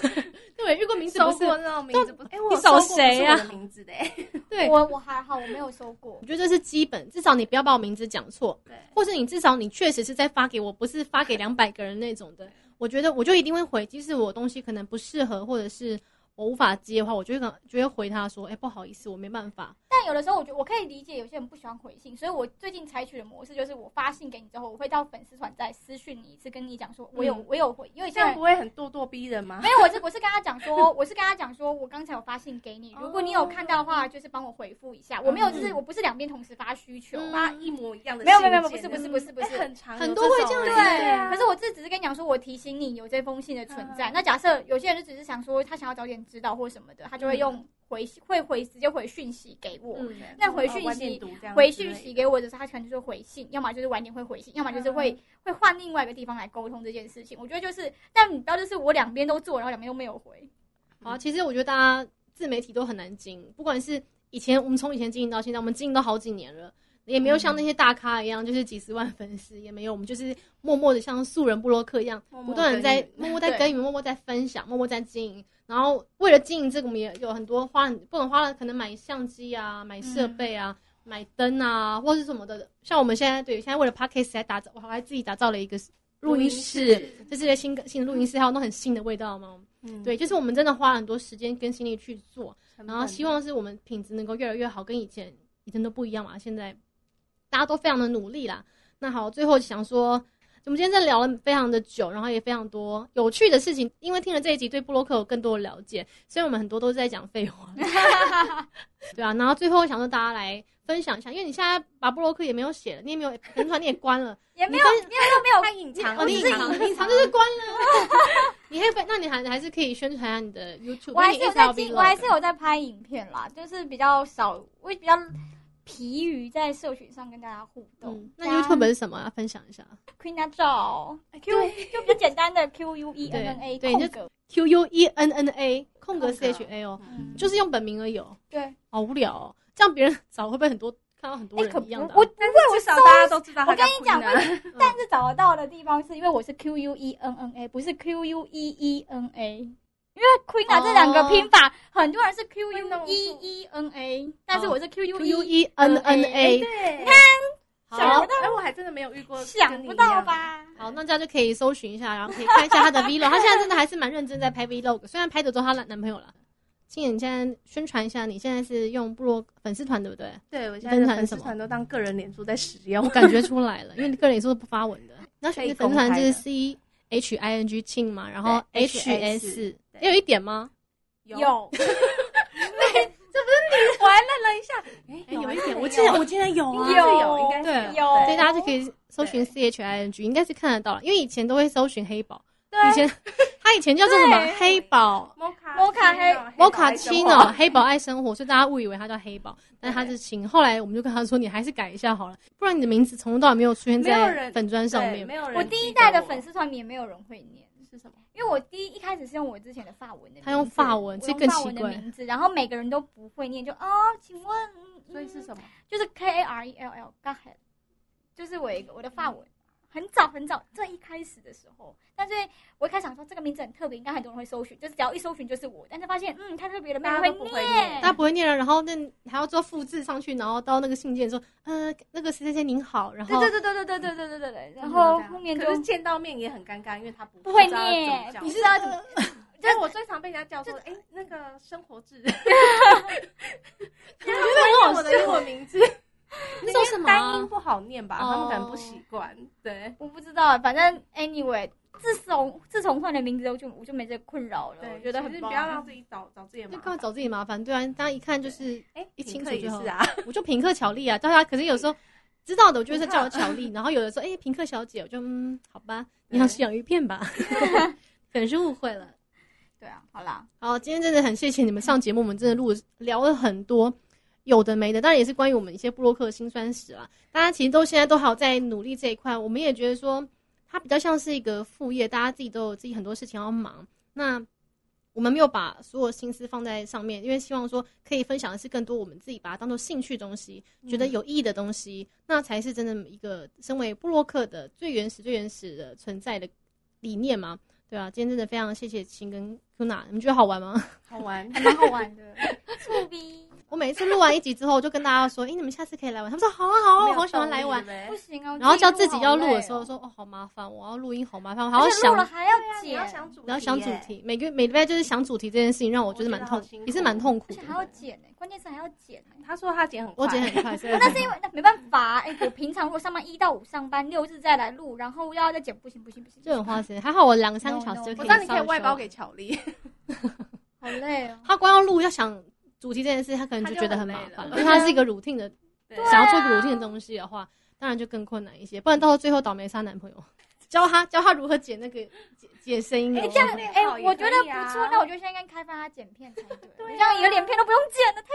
A: 对，我遇过名字不
C: 收
A: 是，
C: 过那种名字不是？哎，我
A: 你找
C: 有收过
A: 谁啊
C: 不是我的名字的，哎
A: 对，我
B: 我我还好，我没有收过
A: 我。觉得这是基本，至少你不要把我名字讲错，
C: 对，
A: 或是你至少你确实是在发给我，不是发给两百个人那种的，我觉得我就一定会回，即使我东西可能不适合，或者是我无法接的话，我就会跟就会回他说，哎、不好意思，我没办法，
B: 但有的时候，我觉得我可以理解有些人不喜欢回信，所以我最近采取的模式就是，我发信给你之后，我会到粉丝团再私讯你一次，跟你讲说我有、
A: 嗯
B: 我有回，因为
C: 这
B: 现在
C: 样不会很咄咄逼人吗
B: 没？有，我是我是跟他讲说，我是跟他讲说我刚才有发信给你，
C: 哦
B: 如果你有看到的话，就是帮我回复一下。我没有，
A: 嗯
B: 就是我不是两边同时发需求，
A: 嗯
C: 发一模一样的
B: 没有
C: 信
B: 没
C: 件
B: 有没
C: 的，
B: 有，不是不是不是不
C: 哎
B: 是，
C: 很长
A: 很
C: 有
A: 多
C: 这
A: 会
C: 种
A: 这样
C: 哎
A: 子
C: 对
B: 对，
C: 啊，
B: 可是我这只是跟你讲说，我提醒你有这封信的存在。
C: 嗯
B: 那假设有些人就只是想说，他想要早点知道或什么的，他就会用回会回直接回讯息给我。
A: 嗯
B: 那回
C: 哦
B: 讯
C: 晚
B: 息
C: 点读这样
B: 回
C: 之类
B: 讯
C: 的
B: 息给我的时候，他可能就是回信，要么就是晚点会回信，要么就是会、
A: 嗯
B: 会换另外一个地方来沟通这件事情。我觉得就是，但你不要就是我两边都做，然后两边都没有回。
A: 好啊，其实我觉得大家自媒体都很难经营，不管是以前我们从以前经营到现在，我们经营都好几年了，也没有
C: 嗯
A: 像那些大咖一样，就是几十万粉丝也没有，我们就是默默的像素人布洛克一样，
C: 默
A: 不
C: 默
A: 断的在
C: 耕
A: 默
C: 耘
A: 默在耕耘，默默在分享，默默在经营。然后为了经营这个，我们也有很多花很，不能花了，可能买相机啊，买设备
C: 嗯
A: 啊。买灯啊，或是什么的，像我们现在对，现在为了 podcast 还打造，我还自己打造了一个录音室，，这是一个新新的录音室，还有那种很新的味道嘛。
C: 嗯
A: 对，，就是我们真的花了很多时间跟心力去做，
C: 成
A: 然后
C: 本
A: 希望是我们品质能够越来越好，跟以前以前都不一样嘛。现在大家都非常的努力啦。那好，最后想说，我们今天真的聊了非常的久，然后也非常多有趣的事情。因为听了这一集，对布洛克有更多的了解，所以我们很多都是在讲废话， 对啊。然后最后想说大家来分享一下，因为你现在把布洛克也没有写了，你也没有粉团，你也关了，
B: 也没有，因为都没有看隐藏，
A: 哦，
B: 我
A: 你隐
B: 是
A: 藏隐藏就是关了。 你可以分，那你还还是可以宣传一下你的 YouTube，
B: 我还是
A: 因为你一
B: 有
A: 直要
B: 在进，
A: vlog
B: 我还是有在拍影片啦，就是比较少，我比较疲于在社群上跟大家互动
A: 嗯。那 YouTube 是什么啊？分享一下。
B: Queen 啊照
C: 哎
B: Q 就比较简单的 Q U E N N A
A: 对
B: 空格，
A: Q U E N N A 空格 C H A 哦，
B: 嗯
A: 就是用本名而已哦，
B: 对。
A: 好无聊哦。这样别人找会不会很多看到很多
B: 哎，可
A: 人
B: 不
A: 一样的啊、
B: 我
D: 但是至少大家都知道。
B: 我跟你
C: 啊
B: 讲
D: 呢，
B: 但是找得到的地方是因为我是 Q U E N N A，不是 Q U E E N A。因为 Queen 啊
A: 哦
B: 这两个拼法，很多人是 Q U E E N A，但是我是 Q U
A: 哦 Q U
B: E，
A: E N N
D: 哎
A: A，
D: 对，
A: 好
B: 不到
D: 哎，我还真的没有遇过，
B: 想不到？吧？
A: 好，那大家就可以搜寻一下，然后可以看一下她的 vlog。她现在真的还是蛮认真在拍 vlog，虽然拍的都是她男男朋友了。青眼，你现在宣传一下，你现在是用部落粉丝团对不对？
C: 对我现在的粉丝团都当个人脸书在使用
A: 我。感觉出来了，因为你个人也是不发文的。那
C: 可以
A: 你粉丝团就是
C: 公
A: C H I N G 庆嘛，然后
C: 对
A: H S，
C: 对
A: 也有一点吗？
B: 有，
D: 我还愣了一下，
A: 哎有一点，
D: 有
A: 我记得我
D: 竟然有
B: 啊
D: 应该是有，应该是
A: 对
D: 有
B: 有
A: 所以大家就可以搜寻 C H I N G，应该是看得到了，因为以前都会搜寻黑宝，以前他以前叫做什么
B: 对
A: 黑宝。
D: 摩卡
B: 摩卡黑
A: 摩卡
D: 七
A: 青哦，黑宝爱生活，所以大家误以为他叫黑宝，但他是青。后来我们就跟他说，你还是改一下好了，不然你的名字从头到尾没有出现
D: 没有
A: 在
D: 人
A: 粉砖上面
D: 没。有人。
B: 我第一代的粉丝团里也没有人会念。
D: 是什么？
B: 因为我第一一开始是用我之前的法文的名字，
A: 他用法文
B: 我
A: 这
B: 用
A: 更
B: 法
A: 奇
B: 文的
A: 怪
B: 名字，然后每个人都不会念，就哦，请问，嗯
C: 所以是什么？
B: 就是 K A R E L L g a h e l 就是我一个我的法文，很早很早最一开始的时候，但是我一开始想说这个名字很特别，应该很多人会搜寻，就是只要一搜寻就是我，但是发现嗯，太特别了，没
D: 大
B: 人
D: 家
B: 会
D: 都不
B: 念，
D: 会念
A: 大家不会念了，然后那你还要做复制上去，然后到那个信件说，呃，那个谁谁谁您好，然后
B: 对对对对对对对对对对，然后后面就
D: 哦可是见到面也很尴尬，因为他不
B: 不会
D: 知道要怎么
B: 念，
D: 叫
B: 不。知道怎么，
D: 但是我最常被人家叫说，哎，那个生活 志，
C: 因为我的英文名 字，
A: 那叫什么
C: 单音
A: 啊？
C: 不好念吧，
A: 哦
C: 他们可能不习惯。对，
B: 我不知道，反正 anyway，自从自从换了名字之后就我就没这个困扰了，
D: 对，
B: 我觉得
D: 其
B: 很
D: 实
B: 棒
D: 不要让自己找找自己的
A: 就
D: 麻
A: 干嘛
D: 烦。
A: 找自己麻烦？对啊，大家一看就是，
D: 哎，
A: 一清楚
D: 也
A: 就好
D: 是 啊，
A: 我就平克巧丽啊，大家可是有时候知道的，我就会叫我巧丽，然后有的时候，哎、平克小姐，我就嗯，好吧，你要吃洋芋片 吧，可能是误会了。
B: 对啊，好啦，
A: 好，今天真的很谢谢你们上节目，我们真的录聊了很多有的没的，当然也是关于我们一些布洛克的辛酸史啦。大家其实都现在都好在努力这一块，我们也觉得说它比较像是一个副业，大家自己都有自己很多事情要忙。那我们没有把所有心思放在上面，因为希望说可以分享的是更多我们自己把它当做兴趣的东西，觉得有意义的东西，那才是真的一个身为布洛克的最原始、最原始的存在的理念嘛。对啊，今天真的非常谢谢青跟 Kuna，你们觉得好玩吗？
C: 好玩。
B: 还蛮好玩 的，醋逼。
A: 我每一次录完一集之后，我就跟大家说：“哎、你们下次可以来玩。”他们说：“好啊，好啊，我好喜欢来玩。
D: 呗
B: 不。行啊！”
A: 然后叫自己要录的时
B: 我
A: 候，
B: 自己
A: 说：“哦，好麻烦，我要录音，好麻烦，我
B: 好
A: 还
B: 累哦，
A: 要
B: 而且录了
A: 想，
B: 还要
D: 你要
B: 剪，
D: 想主题，
A: 然后想主，题。每个每礼拜就是想主题这件事情，让我觉得蛮痛
C: 我觉得好辛，苦
A: 也是蛮痛苦
B: 而
A: 的
B: 且。还要剪呢，关键是还要剪欸。
C: 他说他剪很快，
A: 我剪得很快， 所以
B: 那是因为那没办法，哎，我平常如果上班一到五上班，六日再来录，然后要再剪，不行不行不行，
A: 就很花时间。还好我两三个小时
B: No,
A: 就
B: no，
A: 可
D: 我
A: 以
D: 知道你
A: 稍微休息。
D: 可以外包给巧丽，
B: 好累哦。
A: 他光要录要想主题这件事，他可能就觉得很麻
D: 他就很累
A: 烦，因
D: 了
A: 为他是一个 routine 的，
D: 对
A: 想要做一个 routine 的东西的话，当然就更困难一些。不然到最后倒霉是她男朋友，教他教他如何剪那个剪剪声音。
D: 哎
A: 有
D: 这样
A: 没有
D: 也
B: 哎
D: 好，也
B: 我觉得
D: 可以啊
B: 不错，那我就现在应该开发他剪片才对，这样有点片都不用剪了，太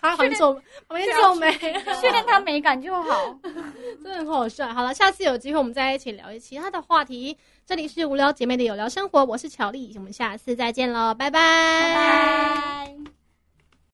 A: 他很 皱，旁边皱眉，
B: 训练他美感就好。
A: 真的很好笑。好了，下次有机会我们再一起聊一其他的话题。这里是无聊姐妹的有聊生活，我是巧丽，我们下次再见喽，拜拜
B: 拜拜。